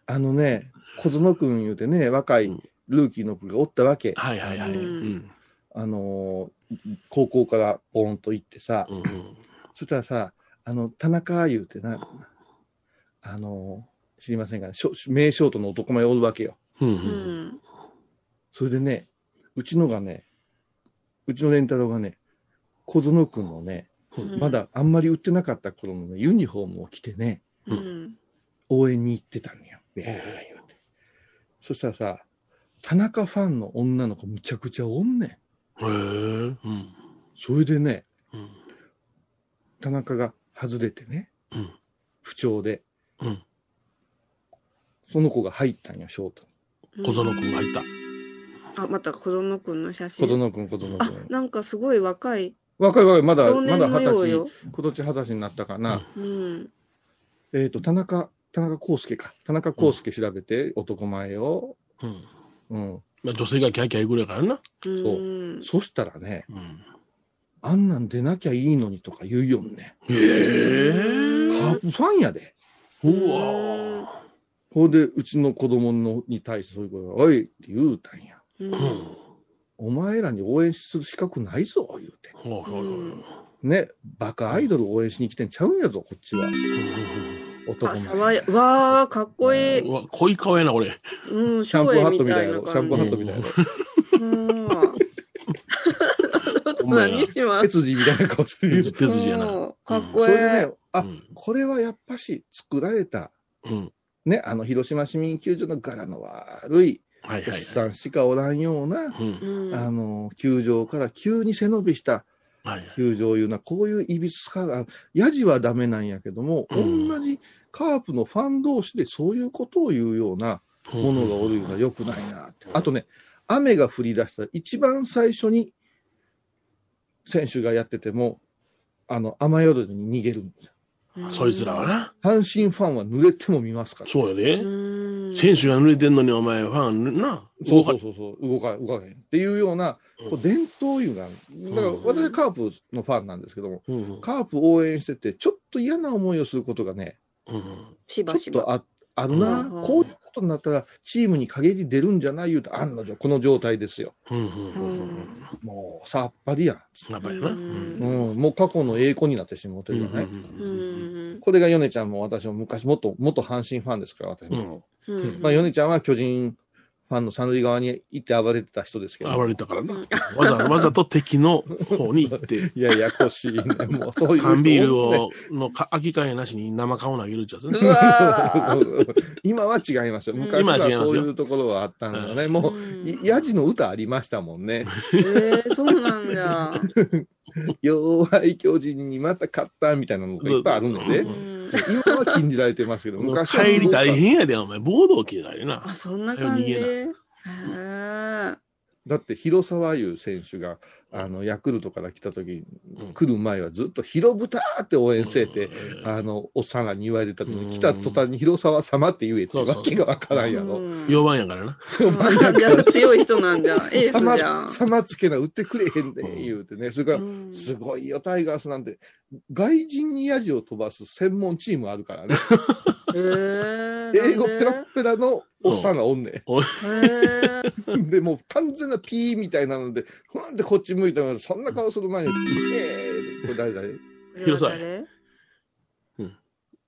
あのね、小園君言うてね、若いルーキーの子がおったわけ。はいはいはい。ううんん。あのー高校からポーンと行ってさ、うんうん。そしたらさ、あの、田中言うてな、あの、知りませんかね、ショ名ショートの男前おるわけよ。うんううん。ん。それでね、うちのがね、うちの蓮太郎がね、小園くんのね、うんま。だあんまり売ってなかった頃のね、ユニフォームを着てね、うん。応援に行ってたのよ。いやー言うて。そしたらさ、田中ファンの女の子むちゃくちゃおんねん。へえ。うん。それでね、うん。田中が外れてね、うん不調で、うんその子が入ったんよ、ショートに。小園君が入った。あ、また子供くんの写真。小園君、小園あ、君。なんかすごい若い。若い若い、まだ、少ま年だの二よ十う歳、よ。今年二十歳になったかな。うん。えっ、と、田中、田中康介か。田中康介調べて、男前を。うん。うん。まあ女性がキャーキャー言うぐらいやからな。うん。そしたらね、うん。あんなん出なきゃいいのにとか言うよんね。へえ。カープファンやで。うわほんで、うちの子供のに対してそういうことが、おいって言うたんや。うんー。うん。お前らに応援する資格ないぞ、言うて。ほうほうほううんね、バカアイドル応援しに来てんちゃうんやぞ、こっちは。あ、男爽前や。。わあ、かっこいうん。い。うわ、濃い顔やな、これ。うん、シャンプーハットみ照た英いななの、シャンプーハ感ットみたいな。じ。うん。ほんまやな何。今。手筋みたいな顔してる。手そ手筋やな。そうかっうこいれい。でね、あう、んこれはやっぱし作られた、うん。ね、あの、広島市民球場の柄の悪いはいはいおっはい。さんしかおらんような、うん。うんあの、球場から急に背伸びしたはいはい。球場いうのは、こういういびつかが、ヤジはダメなんやけども、うん同じカープのファン同士でそういうことを言うような、ものがおるのが良くないなって。あとね、雨が降り出したら一番最初に選手がやってても、あの、雨宿りに逃げるんですよ。そいつらはな。阪神ファンは濡れても見ますから。そうやうね。ん。うん選手が濡れてんのにお前ファンなそうそうそうそう、動か、動かへん。っていうような、こうんう伝統いうのがある。だからうん私はカープのファンなんですけども、うんうんカープ応援してて、ちょっと嫌な思いをすることがね、うんしちょばっしば。とああるうな、んこういうことになったら、チームに陰り出るんじゃない言うと、案の定、この状態ですよ。うんうんうんうんもう、さっぱりややっぱりなううんんん。うん、もう過去の栄光になってしまうとうんいうかね。ううんん。これが米ちゃんも私も昔、もっと、もっと阪神ファンですから、私うも。んうんまあ、米ちゃんは巨人ファンの三塁側に行って暴れてた人ですけど。暴れたからなわざわざと敵の方に行っていや、ややこしい ね。もう、そういう人。缶ビールをのか空き缶やなしに生缶を投げるっちゃつねうわ 今は違いますうよ。ん昔は今は違いますよそういうところはあったんだよね。ー もう、いヤジの歌ありましたもん ね。えー、そうなん だ。弱い巨人にまた勝ったみたいなのがいっぱいあるのうでう、ん今は禁じられてますけど、もう昔は。帰り大。変やでお前暴動嫌いなあ、そんな感じ。早くへーだって、広沢優選手が、あの、ヤクルトから来た時うに、ん来る前はずっと、広豚って応援せえって、うんあの、おっさんらに言われてたのうんに、来た途端に広沢様って言えって、そうそうそわうけがわからんやうろ。ん4番やからなあじゃあ強い人なんじゃん。エースじゃん 様。様つけな、売ってくれへんで、言うてね。それから、うんすごいよ、タイガースなんて、外人にヤジを飛ばす専門チームあるからね。えー、英 語なんペでラッペラのおっさんがおんへねーん。で、もう完全なピーみたいなので、ふんってこっち向いたのに、そんな顔する前に、えーこれ誰誰広沢これは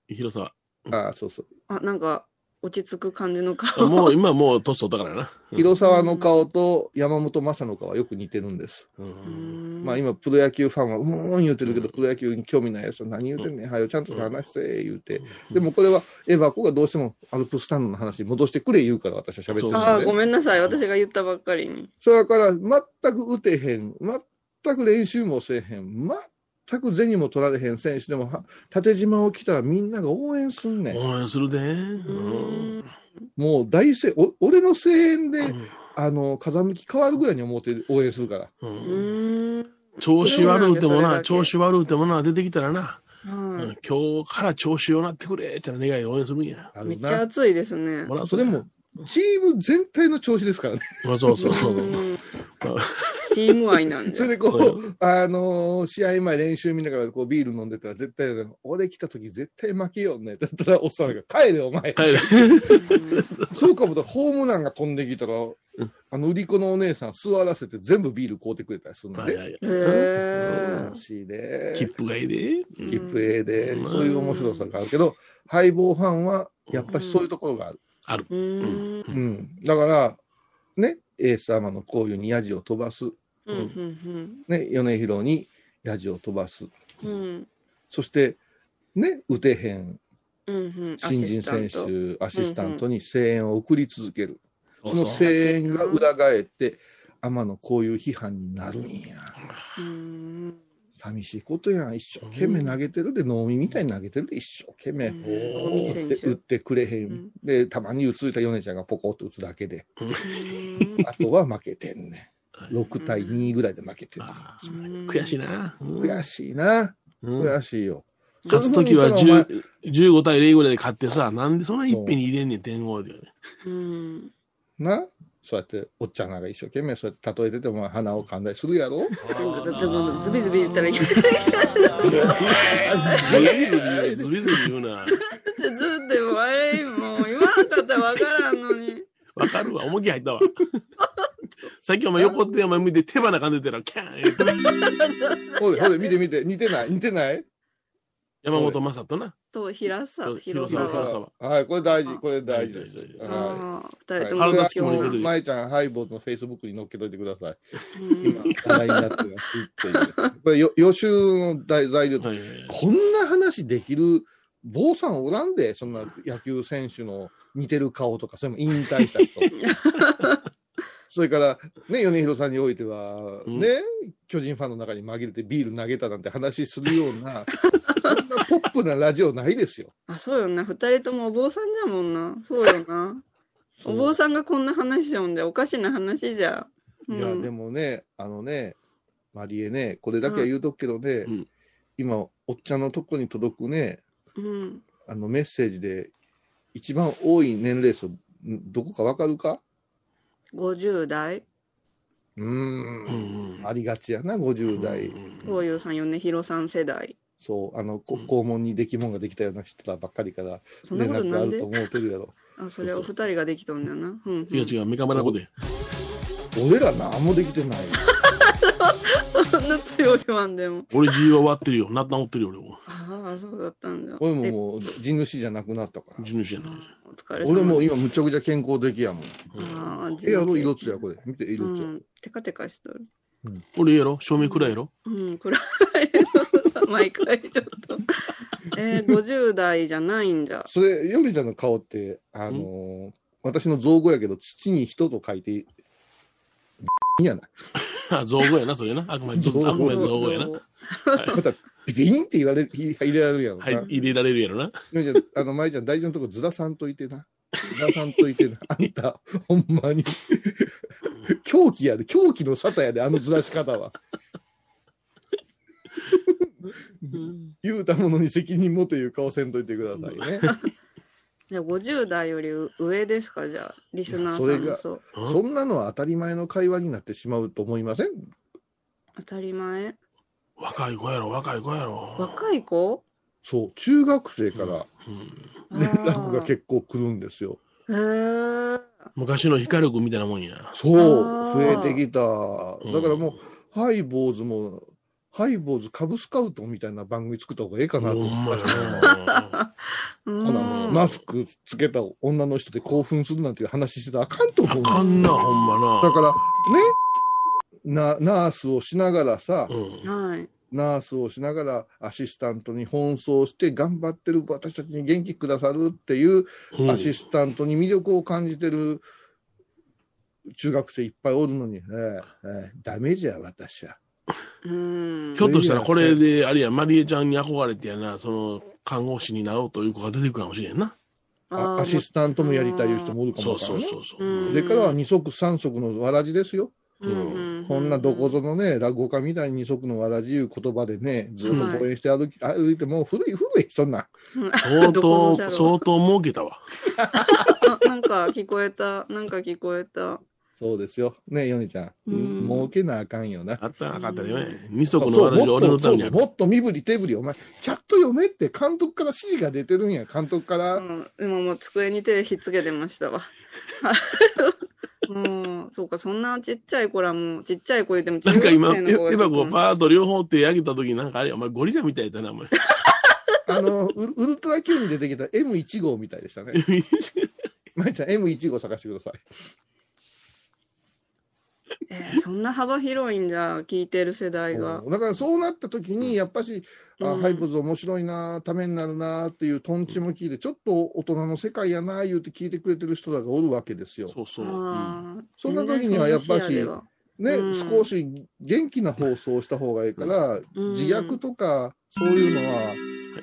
広沢ああ、そうそう。誰あ、なんか、落ち着く感じの顔。もう今もう年取ったからな広沢の顔と山本正の顔はよく似てるんです。ううんんまあ今、プロ野球ファンは、うーん言うてるけうど、んプロ野球に興味ないやつは何言うてんねん、はよ、ちゃんと話して、言うて。うんでもこれは、エヴァ子がどうしてもアルプスタンドの話戻してくれ言うから私は喋ってるんですあよあ、ねご。めんなさい。私が言ったばっかりに。それから全く打てへん、全く練習もせえへん、全く銭も取られへん選手でもは、縦島を来たらみんなが応援すんねん。応援するでうんもう大声、お俺の声援で、うんあの、風向き変わるぐらいに思って応援するから。ううんーん。調子悪うてもそうなんだな、調子悪うてもな、出てきたらな、うはん今日から調子ようなってくれってな願いで応援するんや。あい。めのっちゃな。熱いですね。ほら、それも、チーム全体の調子ですからね。まあ。そうそうそうう。んチーム愛なんそれで。でこそうう、あのー試合前練習見ながらこうビール飲んでたら絶対、俺来た時絶対負けようね。だったらおっさんが、帰れお前。帰る。 そうかもだ、ホームランが飛んできたら、あの売り子のお姉さん、座らせて全部ビール買うてくれたりするのはいで、はいへはえ楽。しいでい。、切符がいいで。うん切符ええでう、んそういう面白さがあるけど、ハイボーファンはやっぱりそういうところがある。ある。うーん。うんだから、ね、エース様のこういうにヤジを飛ばす、うんうんね、米広にヤジを飛ばす、うんうんそして、ね、打てへんうんうん新人ア選シスタント手、アシスタントに声援を送り続ける。そのそう声援が裏返って、天野こういう批判になるんや。うーん寂しいことやん。一生懸命投げてるで、脳みみたいに投げてるで、一生懸う命。んおー大見で選手打ってくれへん、うんでたまに打ついた米ちゃんがポコッと打つだけでうんあとは負けてんねはいん6対2ぐらいで負けてる、あー悔しいな。うん悔しいなうん悔しいよ、勝つときはそういうふうにしたら10 15対0ぐらいで勝ってさ、なんでそんな一品に入れんねん、点を。うんなそうやっておっちゃんらが一生懸命そうやって例えてても鼻を噛んだりするやろな んかだってもうズビズビ言ったらいけないずびずび言うずびずび言うな。ずっともうあれもう言わんかったらわからんのに。わかるわ、思いっきり入ったわ。 さっきお前横手お前向いて手鼻噛んでたら、キャーン言うてほれほれ見て見て似てない似てない山本正人な。と平さそう広そうそう沢。そうはいこれ大事これ大事です大事は大事いああ二人とも体体つきも今似てる日まえちゃん、ハイボーズのフェイスブックに載っけといてください。うん話題になってますっていう。これよ予習の材材料、はいはいはいこんな話できる坊さんおらんで、そんな野球選手の似てる顔とか、それも引退した 人。それから、ね、米広さんにおいては、うんね、巨人ファンの中に紛れてビール投げたなんて話するよう な、そんなポップなラジオないですよ。あそうよな二人ともお坊さんじゃもんな。そうよな。お坊さんがこんな話しちゃうんでおかしな話じゃ。うんいや、でもね、あのね、マリエね、これだけは言うとくけどね、うん今、おっちゃんのとこに届くね、うんあのメッセージで、一番多い年齢層、んどこかわかるか50代うー。うんんありがちやな、50代。こういうさん米広さん世代そう、あの、こうん肛門にできもんができたような人らばっかりから、そんなこと連絡がなあんるでと思うてるやろ。あそれお二人ができたんだよな、うんうん、違う違う、メカバラことで。俺ら何もできてない。そんな強い言わんでも俺 G は終わってるよ。なったおってるよ、俺も。ああそうだったんだ俺もえもう地主じゃなくなったから。地主やな。お疲れ様俺もう今むちゃくちゃ健康的やもん。ああええやろ、色色つや、これ。見て、う色つや。んテカテカしとる俺ええやろ照明暗いやろ うん暗い毎回ちょっとえー、50代じゃないんじゃそれ、よりちゃんの顔って、あのー、私の造語やけど、土に人と書いて、 いいやな。あ、造語やな、それな。あくまで造造語語あくまで造語やな。また、ビンって言われ、入れられるやろな。はい、入れられるやろな。よりちゃん、あの、まいちゃん、大事なとこずらさんといてな。ずらさんと いてな。あんた、ほんまに。狂気やで、狂気の沙汰やで、あのずらし方は。言うたものに責任もという顔せんといてくださいね。じゃあ50代より上ですかじゃあリスナーさんいやそれのがそうそんなのは当たり前の会話になってしまうと思いません当たり前若い子やろ、若い子やろ。若い子そう、中学生からうん連絡があ結構来るんですよ。ーへえ昔の光力みたいなもんや。そう、あ増えーてきた。だからもう、ハイボーズも、ハイボーズカブスカウトみたいな番組作った方がええかほなとん思まいやました。な。うこのんマスクつけた女の人で興奮するなんていう話してたらあかんと思あう。かんな、ほんまな。だから、ね、な、ナースをしながらさ、うんはいナースをしながらアシスタントに奔走して頑張ってる私たちに元気くださるっていううんアシスタントに魅力を感じてる中学生いっぱいおるのに、ええええダメじゃ私は。うんひょっとしたらこれで、あれや、マリエちゃんに憧れてやな、その、看護師になろうという子が出てくるかもしれんな。ああーアシスタントもやりたいいう人もおるかそもうからそねうそうそう。うんでからは二足三足のわらじですよ。うんうんうんこんなどこぞのね、落語家みたいに二足のわらじいう言葉でね、ずっと講演して歩き、歩いてもう古い古い、そんなん。相どこぞじゃ当、ろ相当儲けたわ。あなんか聞こえたなんか聞こえたそうですよ。ねヨネちゃん。うん儲けなあかんよな。あったらなかったらよね。二そ足うのもわらっじ俺のとたそめにうあるも。っと身振り手振り、お前、ちゃんと読めって監督から指示が出てるんや、監督から。うん、今もう机に手ひっつけてましたわ。 もう、そうか、そんなちっちゃい子らも、ちっちゃい子言っても中な学んか生の子が出今、てくエる、バこうパーッと両方手上げた時なんかあれや、お前ゴリラみたいだな、お前。あの、ウルウルトラ Q に出てきた M1 号みたいでしたね。まいちゃん、M1 号探してください。えーそんな幅広いんじゃ、聞いてる世代が。だからそうなった時に、やっぱし、あうんハイブズ面白いな、ためになるなっていうトンチも聞いて、ちょっと大人の世界やな、言うて聞いてくれてる人らがおるわけですよ。そうそう。うんあーそんな時にはやっぱ全然しそんな視野ではね、うん少し元気な放送をした方がいいから、うん自虐とか、そういうのは、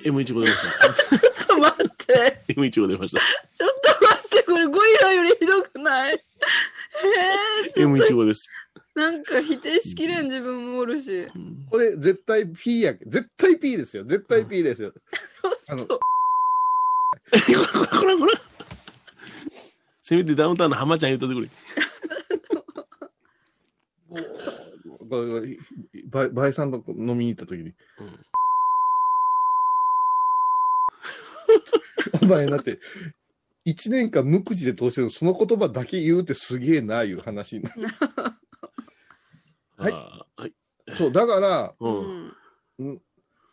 M15 出ました。 ちょっと待って、 M15 出ました。ちょっと待って、これゴリラよりひどくない。えー、ちょっと M15 です。 なんか否定しきれん自分もおるし。これ絶対 P や、絶対 P ですよ。絶対 P ですよ。あの、こらこらせめてダウンタウンの浜ちゃん言うとってくれ。こればばいさんと飲みに行った時に、お前だって、1年間無口で通してるのその言葉だけ言うってすげえな、いう話になる。はいあーはい。そう、だから、う。うんん。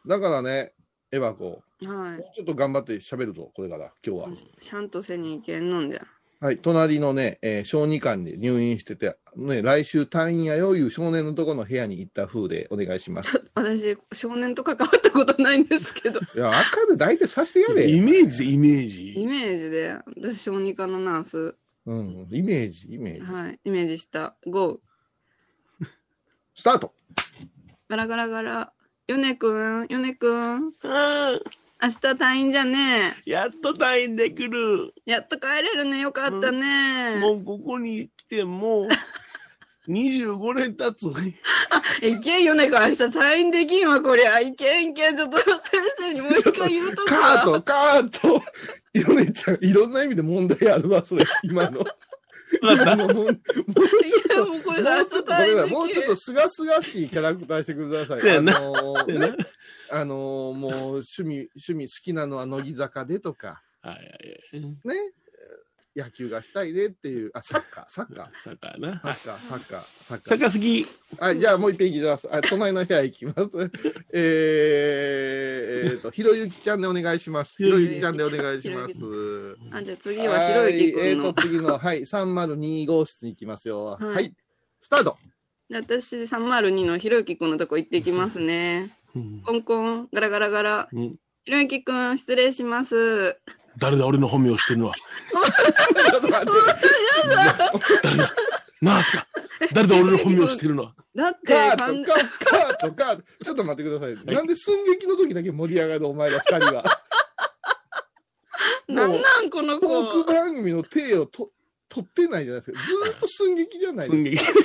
だからね、エヴァ子、はいもう。ちょっと頑張って喋るぞ、これから、今日は。ちゃんとせにいけんのんじゃ。はい、隣のね、えー小児館に入院してて、ね、来週退院やよ、いう少年のとこの部屋に行った風でお願いします。私、少年と関わったことないんですけ ど、いや、赤で大体させてやイれ。メージ、イメーイジ。メージで、私、小児科のナース、うん、イメージ、イメージ。はい、イメージした。GO! スタートガラガラガラ。ヨネくん、ヨネくん、うん明日退院じゃねやっと退院できる。え。やっと帰れるね、よかったね。もうここに来ても、 25年経つ。いけんよね、これ明日退院できんわ、こりゃ。いけんいけん。ちょっと先生にもう一回言うとくカーわ。ト、カート。ヨネちゃん、いろんな意味で問題あるわ、それ。今の。今のもうもいうちょっや、と。もうこもれう明日ちょっと、ごめん退なさ院いもうできちょっんと、。すがすがしいキャラクターしてくださそうい。やあなのーそうやなねあのーもう、趣味、趣味好きなのは乃木坂でとか、はい。ね。野球がしたいねっていう、あ、サッカー、サッカー。サッカーな。サはいッカー、サッカー、サッカサーッ。カー好き。はい、じゃあもう一遍いきます。あ、隣の部屋行きます。えー、えーと、ひろゆきちゃんでお願いします。ひろゆきちゃんでお願いします。あ、じゃあ次はひろはゆきい、え君ーのと、。次の、はい、302号室に行きますよ。はいはい、スタートで私302のひろゆき君のとこ行ってきますね。うんコンコン、ガラガラガラ。うんひろゆき君、失礼します。誰だ俺の本名を知ってるのは。ちょっと待ってなあすか。誰だ俺の本名を知ってる のは。だって、カーかんト、カート、カート、カート。ちょっと待ってください。いなんで寸劇の時だけ盛り上がるお前ら二人は。なんなんこのトーク子。番組の手をと取ってないじゃないですか。ずーっと寸劇じゃないすんですげかえ。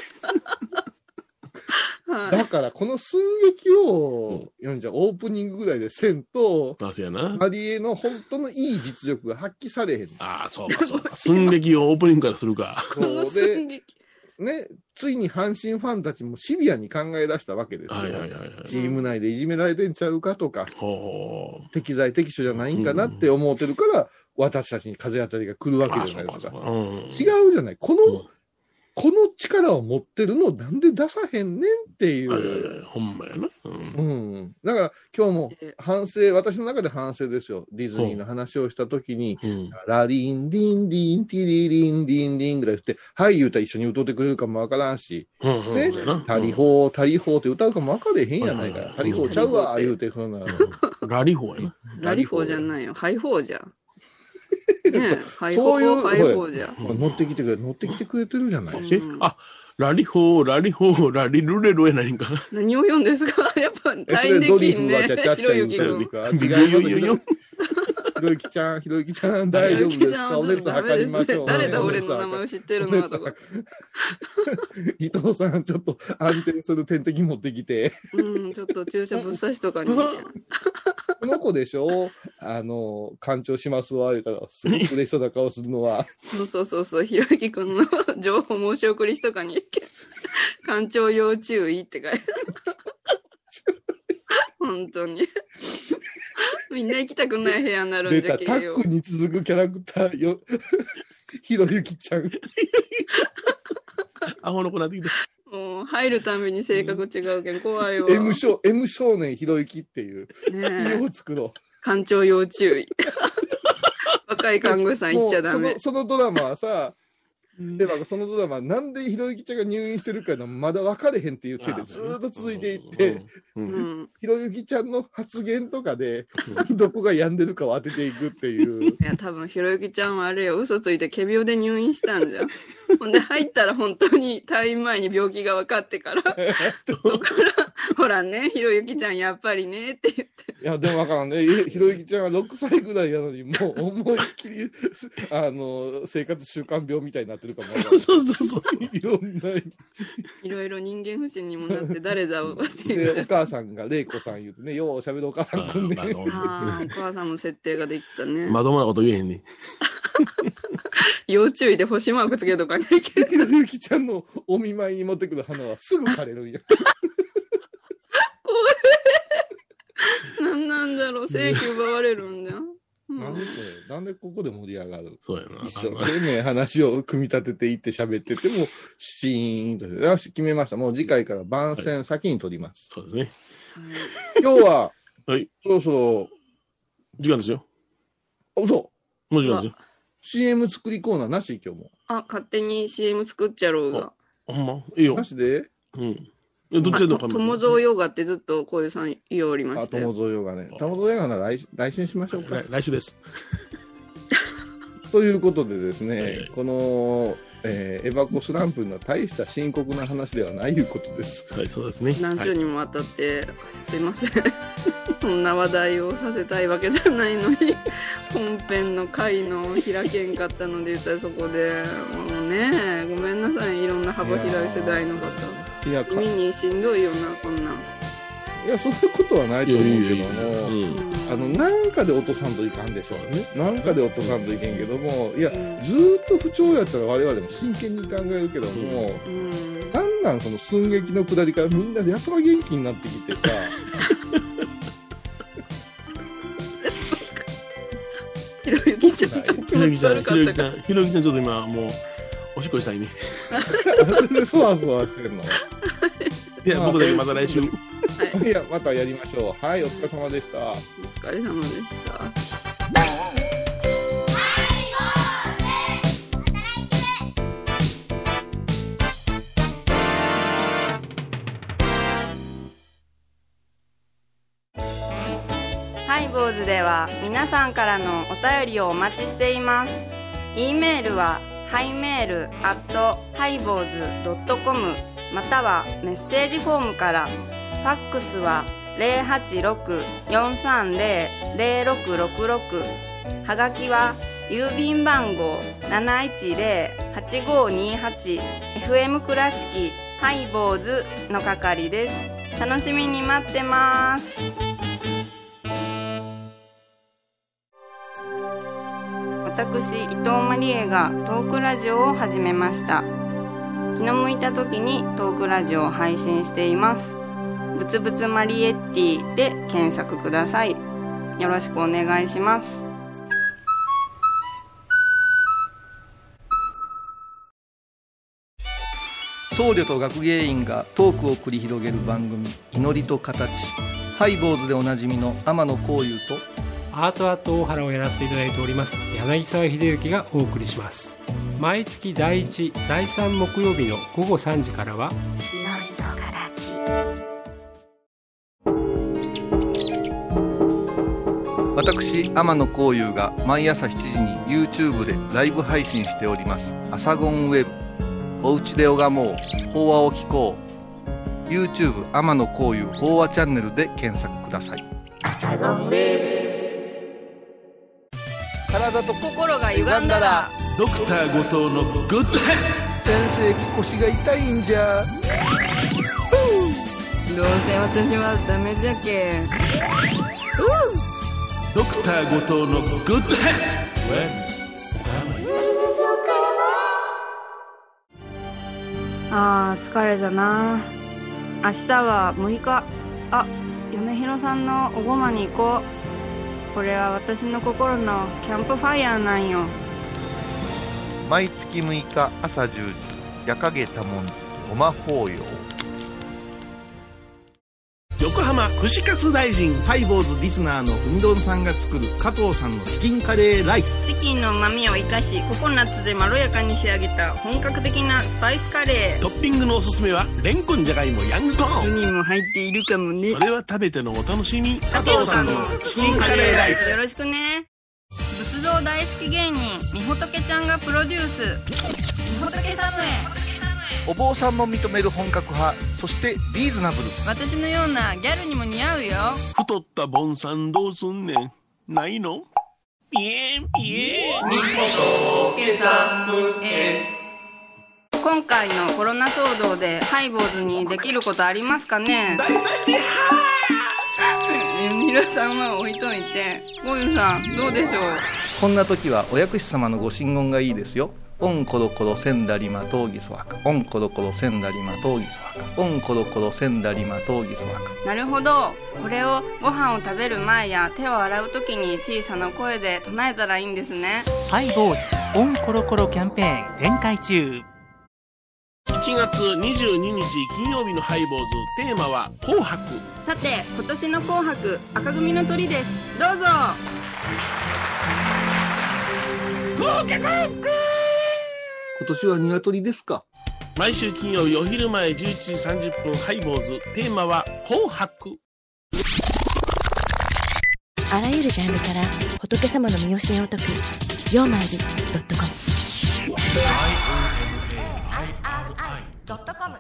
はいだから、この寸劇を、読んじゃんオープニングぐらいでせんと、だせやな。マリエの本当のいい実力が発揮されへん。ああ、そうか、そうか。寸劇をオープニングからするか。このそう寸で、劇。ね、ついに阪神ファンたちもシビアに考え出したわけですよ。はいはいはいはい。チーム内でいじめられてんちゃうかとか、ほ適材適所じゃないんかなって思ってるから、私たちに風当たりが来るうわほう。あけあ、じゃそないうでか、すそうか。か。うん。違うじゃない。この、うんこの力を持ってるのをなんで出さへんねんってい。はいはいうはい。ほんまやな。うん。うん、だから今日も反省、私の中で反省ですよ。ディズニーの話をしたときに、うん。ラリン、リン、リン、ティリリン、リン、リンぐらい振って、はい、言うたら一緒に歌ってくれるかもわからんし、うんうん。ねそうやな足りほう、足りほうって歌うかもわかれへんやないはかいは。い足りほうちゃうわ、言うて、そんな。うんラリホーやな。ラリフォーじゃないよ。ハイフォー じゃ。ねえ、ハイフそういォうー、ハイフォーじゃ。乗ってきてくれ、乗ってきてくれてるじゃない。えあ、ラリホー、ラリホー、ラリルレロやない んか。何を読んですか やっぱ、え、そ大れドリできんフはね。ちゃちゃっひちろゃ言ゆうきてるんです君。か違君いますいやいやいやひろひろゆきちゃん、ひろゆきちゃん、大丈夫ですかお熱測りましょう。誰だお俺熱の名前を測知ってるのはとおか熱。 伊藤さん、ちょっと安定する点滴持ってきて。うん、ちょっと注射ぶっ刺しと かに。この子でしょあの、干潮しますわ、言うたら、すごく嬉しそうな顔する のは。そうそうそうそう、ひろゆきくんの 情報申し送りしとかに、干潮要注意って書いて ある。本当に。みんな行きたくない部屋になる出んじた、ゃタけよッ。クに続くキャラクターよ。 ひろゆきちゃん。アホの子なってきた。もう入るたびに性格違うけん怖いわ。 M 少、M 少年ひろゆきっていう、家ねえを作ろ。干潮要注意。若いう看護師さん行っちゃダもうメ。その、その ドラマはさ、でもそのドラマ、なんでひろゆきちゃんが入院してるかのまだ分かれへんっていう手でずーっと続いていって、う。うんうんん。ひろゆきちゃんの発言とかで、どこが病んでるかを当てていくって いう。いや、多分、ひろゆきちゃんはあれよ、嘘ついて仮病で入院したんじゃ ん。ほんで、入ったら本当に退院前に病気が分かって から、そこから、ほらね、ひろゆきちゃんやっぱりね、って言って。いや、でもわからんね。えひろゆきちゃんは6歳ぐらいなのに、もう思いっきり、 すあの、生活習慣病みたいになってるかもわからそんうそうそうそう。いろんな、いろいろ人間不信にもなって、誰だわっていう。で、お母さんが玲子さん言うてね、ようしゃべるお母さんくんね。ああ、お母さんも設定ができたね。まともなこと言えへんね。要注意で星マークつけとかね。いけないひろゆきちゃんのお見舞いに持ってくる花はすぐ枯れるんや。なんなんだろう、正規奪われるんじゃん。うんなんで、なんでここで盛り上がるそうやな。一生懸命話を組み立てていって喋ってても、シーンと。よし、決めました。もう次回から番宣先に取ります。そうですね。今日は、はいそろそろ、時間ですよ。あ嘘もう時間ですよ。 !CM 作りコーナーなし今日も。あ、勝手に CM 作っちゃろうが。ほんまいいよな。しで、うん。えどっちやったのか友蔵ヨガってずっとこういうさん言おりまあ、したよ友。蔵ヨガね。友蔵ヨガなら来週来週にしましょうか。来週です。ということでですね、はいはいこの、えーエバコスランプには大した深刻な話ではないいうことです。はい、そうですね。何は週いにもわた って、すいませんそんな話題をさせたいわけじゃないのに本編の回の開けんかったので言ったらそこでもうねごめんなさいいろんな幅広い世代の方いやか見にしんどいよなこんなんいやそんなことはないと思うけどもうんあのなんかで落とさんといかんでしょうねなんかで落とさんといけんけどもいやうんずーっと不調やったら我々も真剣に考えるけども、うんなんなんその寸劇の下りからみんなでやたら元気になってきてさ ひろゆきちゃんが気ひろゆ持きちちゃん、悪ひかろっゆたきちかゃらん、ひろゆきちゃん、ちょっと今、もう、おしっこしたいね。あれでそわそわしてるのいや、まあ僕だ けまた来週。はいいやまたやりましょうはいお疲れ様でしたお疲れ様でしたハイボーズでは皆さんからのお便りをお待ちしています。e メールはハイメールアットハイボーズドットコムまたはメッセージフォームから。ファックスは086-430-0666はがきは郵便番号710-8528 FM 倉敷ハイボーズの係です。楽しみに待ってます。私伊藤マリエがトークラジオを始めました気の向いた時にトークラジオを配信していますぶつぶつマリエッティで検索くださいよろしくお願いします僧侶と学芸員がトークを繰り広げる番組「祈りと形」ハイ坊主でおなじみの天野幸雄とアートアート大原をやらせていただいております柳沢秀幸がお送りします毎月第1第3木曜日の午後3時からは私天野幸雄が毎朝7時に YouTube でライブ配信しております「アサゴンウェブ」「おうちで拝もう法話を聞こう」YouTube 天野幸雄法話チャンネルで検索ください体と心が歪んだらドクター後藤のグッドヘッ先生腰が痛いんじゃどうせ私はダメじゃけドドクター後藤のグッドヘッドあー疲れじゃな明日は6日あ嫁ひろさんのおごまに行こうこれは私の心のキャンプファイヤーなんよ毎月6日朝10時夜影多文字ごま法要横浜串カツ大臣ハイボーズリスナーのうみどんさんが作る加藤さんのチキンカレーライスチキンの旨味を生かしココナッツでまろやかに仕上げた本格的なスパイスカレトッピングのおすすめはレンコンじゃがいもヤングコーーン人も入っているかもねそれは食べてのお楽しみ加藤さんのチキンカレーライよろしくね仏像大好き芸人みほとけちゃんがプロデュースみほとけサムへお坊さんも認める本格派そしてリーズナブル私のようなギャルにも似合うよ太ったボンさんどうすんねんないのピエンピエン今回のコロナ騒動でハイボーズにできることありますかね大好 きミラさんは置いといてゴユさんどうでしょうこんな時はお薬師様のご神言がいいですよオンコロコロセンダリマトウギソワカオンコロコロセンダリマトウギソワカオンコロコロセンダリマトウギソワカなるほどこれをご飯を食べる前や手を洗う時に小さな声で唱えたらいいんですねハイボーズオンコロコロキャンペーン展開中1月22日金曜日のハイボーズテーマは「紅白さて今年の「紅白」赤組の鳥ですどうぞ今年は鶏ですか」毎週金曜日お昼前11時30分ハイボーズテーマは「紅白あらゆるジャンルから仏様の身教えを解く「曜マイルドットコム」